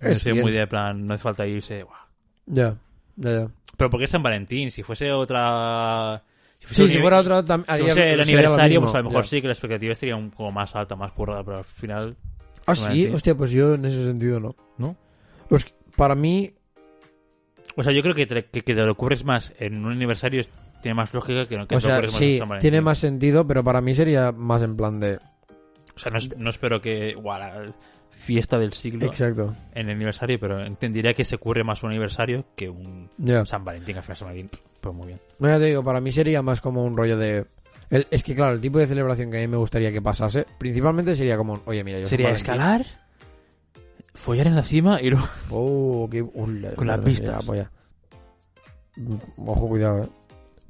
No Es soy bien. muy de plan, no hace falta irse. Buah. Ya, ya, ya. Pero porque es San Valentín, si fuese otra. Si Sí, un si nivel- fuera otro, tam- si haría- fuese el sería lo aniversario, mismo, pues a lo mejor ya. sí que la expectativa estaría un poco más alta, más currada, pero al final. Ah, San sí, Valentín. hostia, pues yo en ese sentido no. ¿No? Pues para mí, O sea, yo creo que te, que, que te lo cubres más en un aniversario es- tiene más lógica que no que o te lo sea, cubres más en sí, San Valentín. tiene más sentido, pero para mí sería más en plan de. O sea, no, es- no espero que. guau, la fiesta del siglo Exacto. en el aniversario, pero entendería que se curre más un aniversario que un Ya. San Valentín. Al final, San Valentín, pues muy bien. No, ya te digo, para mí sería más como un rollo de... el- es que claro, el tipo de celebración que a mí me gustaría que pasase, principalmente sería como, oye, mira, yo... Sería escalar escalar, follar en la cima y luego. Oh, qué... Ula, Con las mira, vistas. polla. Mm, Ojo, cuidado, eh.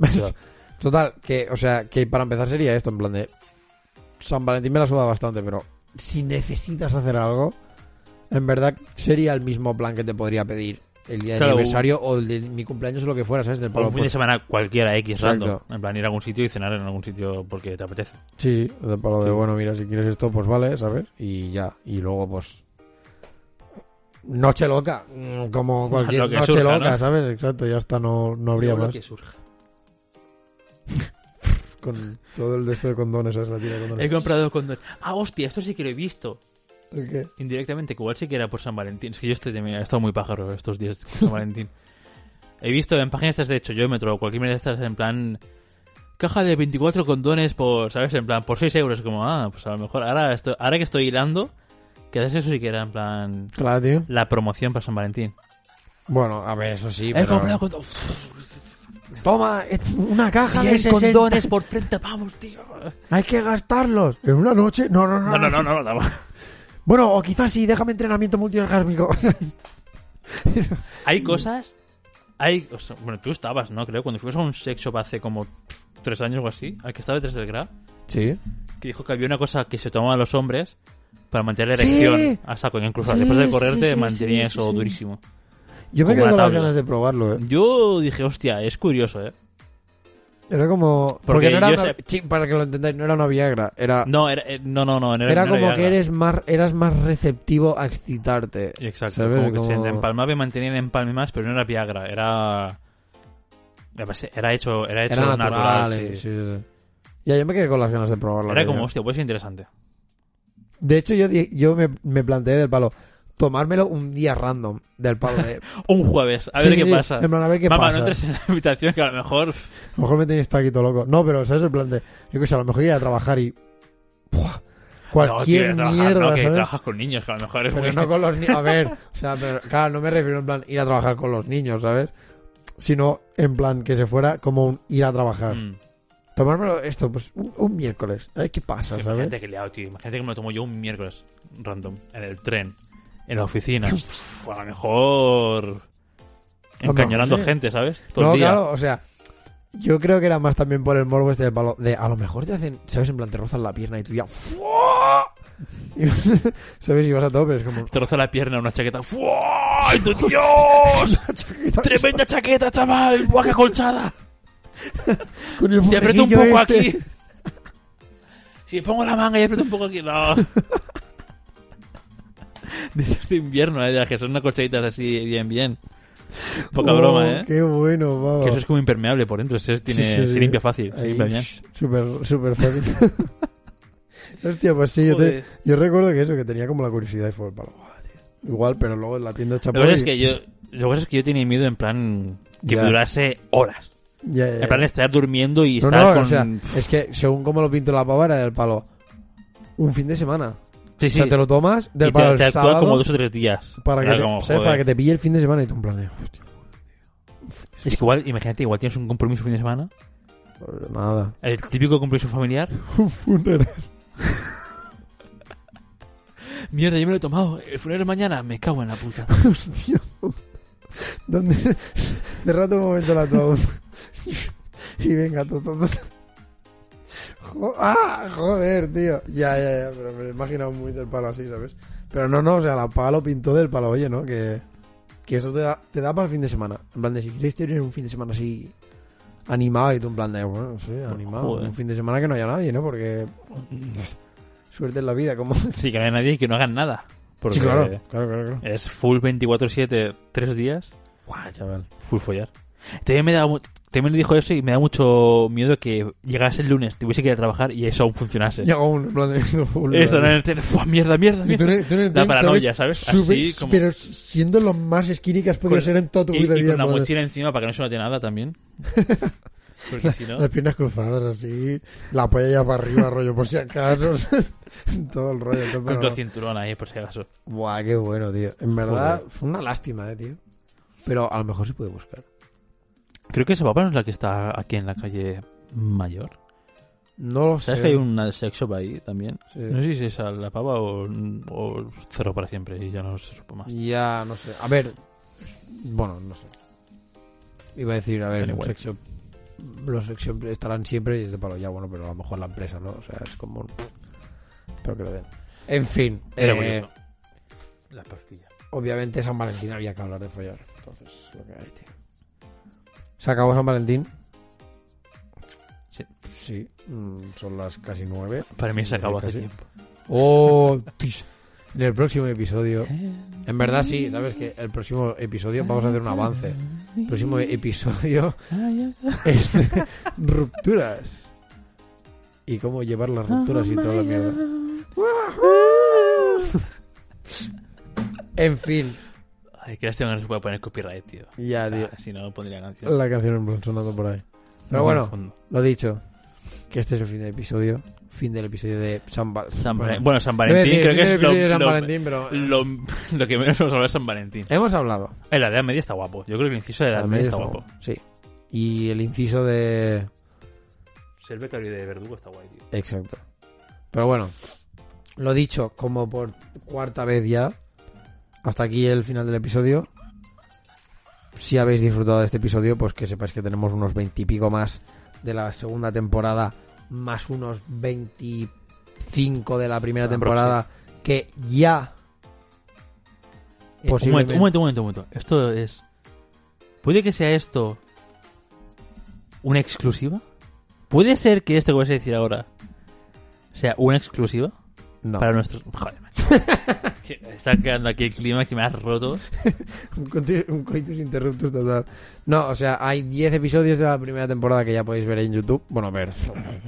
Total, que, o sea, que para empezar sería esto, en plan de... San Valentín me la suda bastante, pero si necesitas hacer algo, en verdad sería el mismo plan que te podría pedir el día de Claro, aniversario o el de mi cumpleaños o lo que fuera, ¿sabes? Del O palo, un fin de pues, semana cualquiera X Exacto. random. En plan, ir a algún sitio y cenar en algún sitio porque te apetece. Sí, de palo de bueno, mira, si quieres esto, pues vale, ¿sabes? Y ya, y luego pues noche loca, mm, como cualquier Lo que noche surja, loca, ¿no? ¿sabes? Exacto, ya está, no, no habría Yo creo más. que surja. Con todo el de esto de condones, ¿sabes? La tira de He condones. comprado condones. Ah, hostia, esto sí que lo he visto. ¿El qué? Indirectamente, que igual sí que era por San Valentín. Es que yo estoy, también- he estado muy pájaro estos días con San Valentín. He visto en páginas estas de hecho, yo me o cualquier manera de estas en plan. Caja de 24 condones por, ¿sabes? En plan, por 6 euros. Como, ah, pues a lo mejor ahora, esto, ahora que estoy hilando, que eso sí que era en plan. Claro, tío. La promoción para San Valentín. Bueno, a ver, eso sí, He pero... comprado condones. Toma, es una caja de 100 60. condones por 30 pavos, tío. Hay que gastarlos. ¿En una noche? No, no, no. No, no, no, no. no. Bueno, o quizás sí, déjame entrenamiento multiorgásmico. Hay cosas. Hay, o sea, bueno, tú estabas, ¿no? Creo, cuando fuimos a un sexo hace como pff, tres años o así, al que estaba detrás del GRA, sí. que dijo que había una cosa que se tomaban los hombres para mantener la Sí. erección a saco. y Incluso Sí, después de sí, correr te sí, sí, mantenía sí, eso sí. durísimo. Yo me Como quedo una con las tabla. ganas de probarlo, eh. Yo dije, hostia, es curioso, ¿eh? Era como. Porque Porque, no era. yo una- sé- Sí, para que lo entendáis, no era una Viagra. Era, No, era, eh, no, no, no. Era, era, no como Viagra. que eres más, eras más receptivo a excitarte. Exacto, ¿sabes? como que Como- se empalmaba y mantenía el empalme más, pero no era Viagra, era. además, Era hecho, era hecho Era natural. natural. sí. eh, sí, sí, sí. Ya, yo me quedé con las ganas de probarlo. Era coño. como, hostia, puede ser interesante. De hecho, yo, di- yo me, me planteé del palo. tomármelo un día random del palo de... Un jueves, a Sí, ver sí, qué sí, pasa. En plan, a ver qué Mamá, pasa. no entres en la habitación que a lo mejor. A lo mejor me tenéis todo aquí todo loco. No, pero ¿sabes? el plan de... Yo qué sé, a lo mejor ir a trabajar y... No, ¡buah! tío, cualquier trabajar, mierda, no, que ¿sabes? trabajas con niños, que a lo mejor es Pero muy- no con los niños. A ver, o sea, pero, claro, no me refiero en plan ir a trabajar con los niños, ¿sabes? Sino en plan que se fuera como un ir a trabajar. Mm. Tomármelo esto, pues un, un miércoles. A ver qué pasa, Sí, ¿sabes? imagínate que liado, tío. Imagínate que me lo tomo yo un miércoles random, en el tren, en la oficina. Uf, a lo mejor. Encañonando sí. gente, ¿sabes? Todo No, el día. claro, o sea, yo creo que era más también por el morbo este del palo. De a lo mejor te hacen, ¿sabes? En plan te rozan la pierna y tú ya. ¡fua! Y- ¿Sabes? Y vas a todo, pero es como. Te roza la pierna una chaqueta. ¡Fua! ¡Ay, tu Dios! ¡Tremenda chaqueta, chaval! ¡Buaca colchada! Con el Si aprieto un borreguillo poco este. aquí. Si pongo la manga y aprieto un poco aquí, no. De esas de invierno, eh, de las que son unas colchaditas así bien, bien. Poca Oh, broma, eh. Qué bueno, vamos. Que eso es como impermeable por dentro, se, tiene, Sí, sí, se sí. limpia fácil, se Ahí, limpia bien. Súper, súper fácil. Hostia, pues sí, yo, te- Joder. yo recuerdo que eso, que tenía como la curiosidad y fue palo. "Buah, tío". Igual, pero luego en la tienda Lo que chapó pasa y- es que yo, lo que pasa es que yo tenía miedo en plan que Ya. me durase horas. Ya, ya, En plan ya. estar durmiendo y No, estar no, con... o sea, es que según como lo pinto la pava era del palo. Un fin de semana. sí, sí. O sea, te lo tomas y del te, palo el te actúa sábado como dos o tres días. para, que Era te, como, ¿sabes? joder. para que te pille el fin de semana y tú en plan de, "Hostia, Es que igual, imagínate, igual tienes un compromiso fin de semana, nada. el típico compromiso familiar. Un funeral. Mierda, yo me lo he tomado, el funeral es mañana, me cago en la puta. Hostia. ¿Dónde? Cerrate un momento la ataúd. y venga, to, to, to. Jo- ¡Ah! Joder, tío. Ya, ya, ya. Pero me lo he imaginado muy del palo así, ¿sabes? Pero no, no. O sea, la paga lo pintó del palo, oye, ¿no? Que, que eso te da, te da para el fin de semana. En plan, de si quieres tener un fin de semana así animado y tú en plan de, bueno, sí, animado. Joder. Un fin de semana que no haya nadie, ¿no? Porque suerte en la vida, como... Sí, que no hay nadie que no hagan nada. Porque Sí, claro. Claro, claro, claro. Es full 24-7, tres días. Guau, chaval. Full follar. También me, da, mu- también me dijo eso y me da mucho miedo que llegase el lunes, tuviese que ir a trabajar y eso aún funcionase. Llega un en plan de... Esto no en el tren. ¡Fua, mierda, mierda, Y tú mierda! en el- tú en el Da tren, paranoia, ¿sabes? Así Súper- como- Pero siendo lo más skinny que has podido Con- ser en toda tu Y, vida. y vida con la madre. mochila encima para que no se note nada también. Porque si no... Las piernas cruzadas así, la polla ya para arriba, rollo, por si acaso. o sea, todo el rollo. todo el Con programa. tu cinturón ahí, por si acaso. Buah, qué bueno, tío. En verdad, Joder. fue una lástima, eh, tío. Pero a lo mejor se puede buscar. Creo que esa papa no es la que está aquí en la calle mayor. No lo sé. ¿Sabes que hay una sex shop ahí también? Sí. No sé si es esa la papa o, o cerró para siempre y ya no se supo más. Ya, no sé. A ver. Bueno, no sé. Iba a decir, a ver, un Anyway. sex shop- Los sex shop estarán siempre y es de palo ya, bueno, pero a lo mejor la empresa, ¿no? O sea, es como. un- Pero que lo den. En fin, Era eh, curioso. La pastilla. obviamente San Valentín había que hablar de follar. Entonces, lo que hay, tío. ¿Se acabó San Valentín? Sí. Sí, mm, son las casi nueve. Para mí se acabó hace Casi. tiempo. ¡Oh! tis. En el próximo episodio. En verdad, sí, sabes que el próximo episodio vamos a hacer un avance. El próximo episodio es de rupturas. Y cómo llevar las rupturas y toda la mierda. En fin, Ay, que lástima que no se puede poner copyright, tío. ya, tío. Ah, si no, pondría canción. La canción en plan sonando por ahí. Pero En bueno, fondo. lo dicho. Que este es el fin del episodio. Fin del episodio de San, Val- San Valen- Bueno, Bueno, San iba a decir Valentín creo el que fin del es episodio de lo, San lo, Valentín, pero... eh, lo- lo que menos vamos a hablar es San Valentín. Hemos hablado. En la edad media está guapo. Yo creo que el inciso de la edad También media está está guapo. guapo, Sí. Y el inciso de... Ser becario de verdugo está guay, tío. Exacto. Pero bueno, lo dicho, como por cuarta vez ya, hasta aquí el final del episodio. Si habéis disfrutado de este episodio, pues que sepáis que tenemos unos veintipico más de la segunda temporada, más unos 25 de la primera Aprox. temporada, que ya... un, momento, Posiblemente. un momento, un momento, un momento. Esto es... ¿Puede que sea esto una exclusiva? ¿Puede ser que esto que vais a decir ahora sea una exclusiva? No, Para nuestros... Joder, macho. Que Está quedando aquí el clima que me has roto. un coitus- un coitus interruptus total. No, o sea, hay 10 episodios de la primera temporada que ya podéis ver en YouTube. Bueno, ver.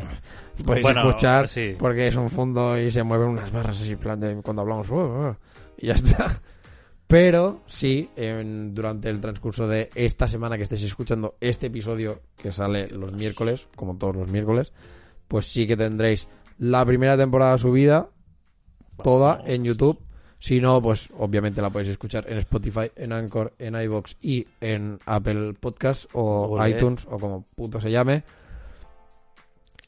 podéis Bueno, escuchar sí. porque es un fondo oh", y se mueven unas barras así, en plan de cuando hablamos. "Oh, oh", y ya está. Pero sí, en- durante el transcurso de esta semana que estéis escuchando este episodio que sale los miércoles, como todos los miércoles, pues sí que tendréis la primera temporada subida, toda en YouTube. Si no, pues obviamente la podéis escuchar en Spotify, en Anchor, en iBox y en Apple Podcast o Ole. iTunes o como puto se llame.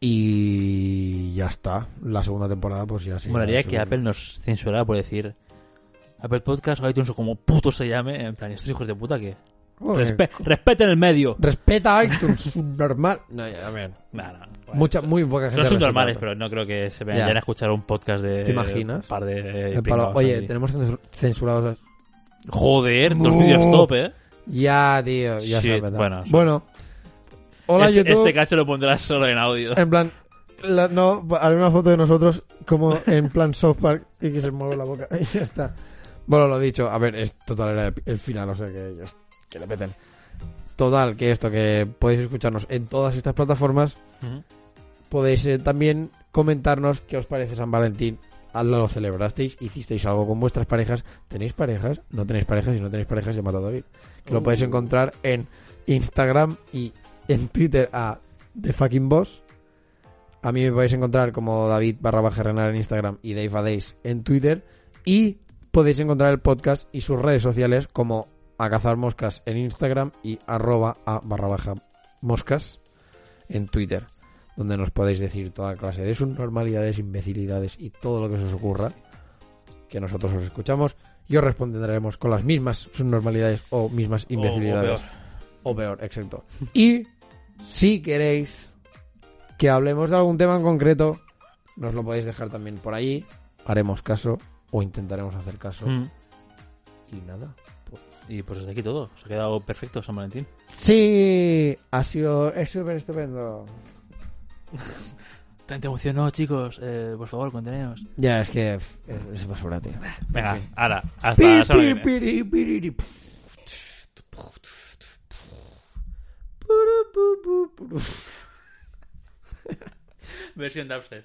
Y ya está. La segunda temporada, pues ya sí. Molaría ya que seguro. Apple nos censurara por decir Apple Podcast o iTunes o como puto se llame. En plan, estos hijos de puta que. Joder. Respe- respeten el medio. Respeta a iTunes, subnormal. No, ya, a ver. Nah, nah, bueno, Mucha, muy poca gente. Son respeta subnormales, Apple. pero pues, no creo que se Ya. vayan a escuchar un podcast de. ¿Te imaginas? Un par de. El palo- pringados Oye, ahí. tenemos censur- censurados. a- Joder, dos No. vídeos top, eh. Ya, tío. Ya Shit, se verdad. bueno. bueno. Hola, este, YouTube. Eh, Este cacho lo pondrás solo en audio. En plan, la- no, haré una foto de nosotros como en plan software y que se mueve la boca. Y ya está. Bueno, lo dicho. A ver, es total era el final, o sea que ellos. Que le peten. Total, que esto, que podéis escucharnos en todas estas plataformas. Ujú. Podéis eh, también comentarnos qué os parece San Valentín. Ah, ¿Lo celebrasteis? ¿Hicisteis algo con vuestras parejas? ¿Tenéis parejas? ¿No tenéis parejas? Si no tenéis parejas, llamad a David. Que lo Uh. podéis encontrar en Instagram y en Twitter a The Fucking Boss. A mí me podéis encontrar como David barra baja Renar en Instagram y Dave a Days en Twitter. Y podéis encontrar el podcast y sus redes sociales como a cazar moscas en Instagram y arroba a barra baja moscas en Twitter donde nos podéis decir toda clase de subnormalidades, imbecilidades y todo lo que se os ocurra, que nosotros os escuchamos y os responderemos con las mismas subnormalidades o mismas O- o imbecilidades. peor. O peor, exacto. Y si queréis que hablemos de algún tema en concreto, nos lo podéis dejar también por ahí, haremos caso o intentaremos hacer caso. Mm. Y nada. Y pues desde aquí todo. Se ha quedado perfecto San Valentín. Sí, ha sido es súper estupendo. Tanta emoción, no, chicos. Eh, por favor, conteneos. Ya, es que es, es basura, tío. Venga, En fin. ahora. Hasta Pi, la semana que pi, viene. piri, piriri, puf. Versión dubstep.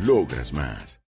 logras más.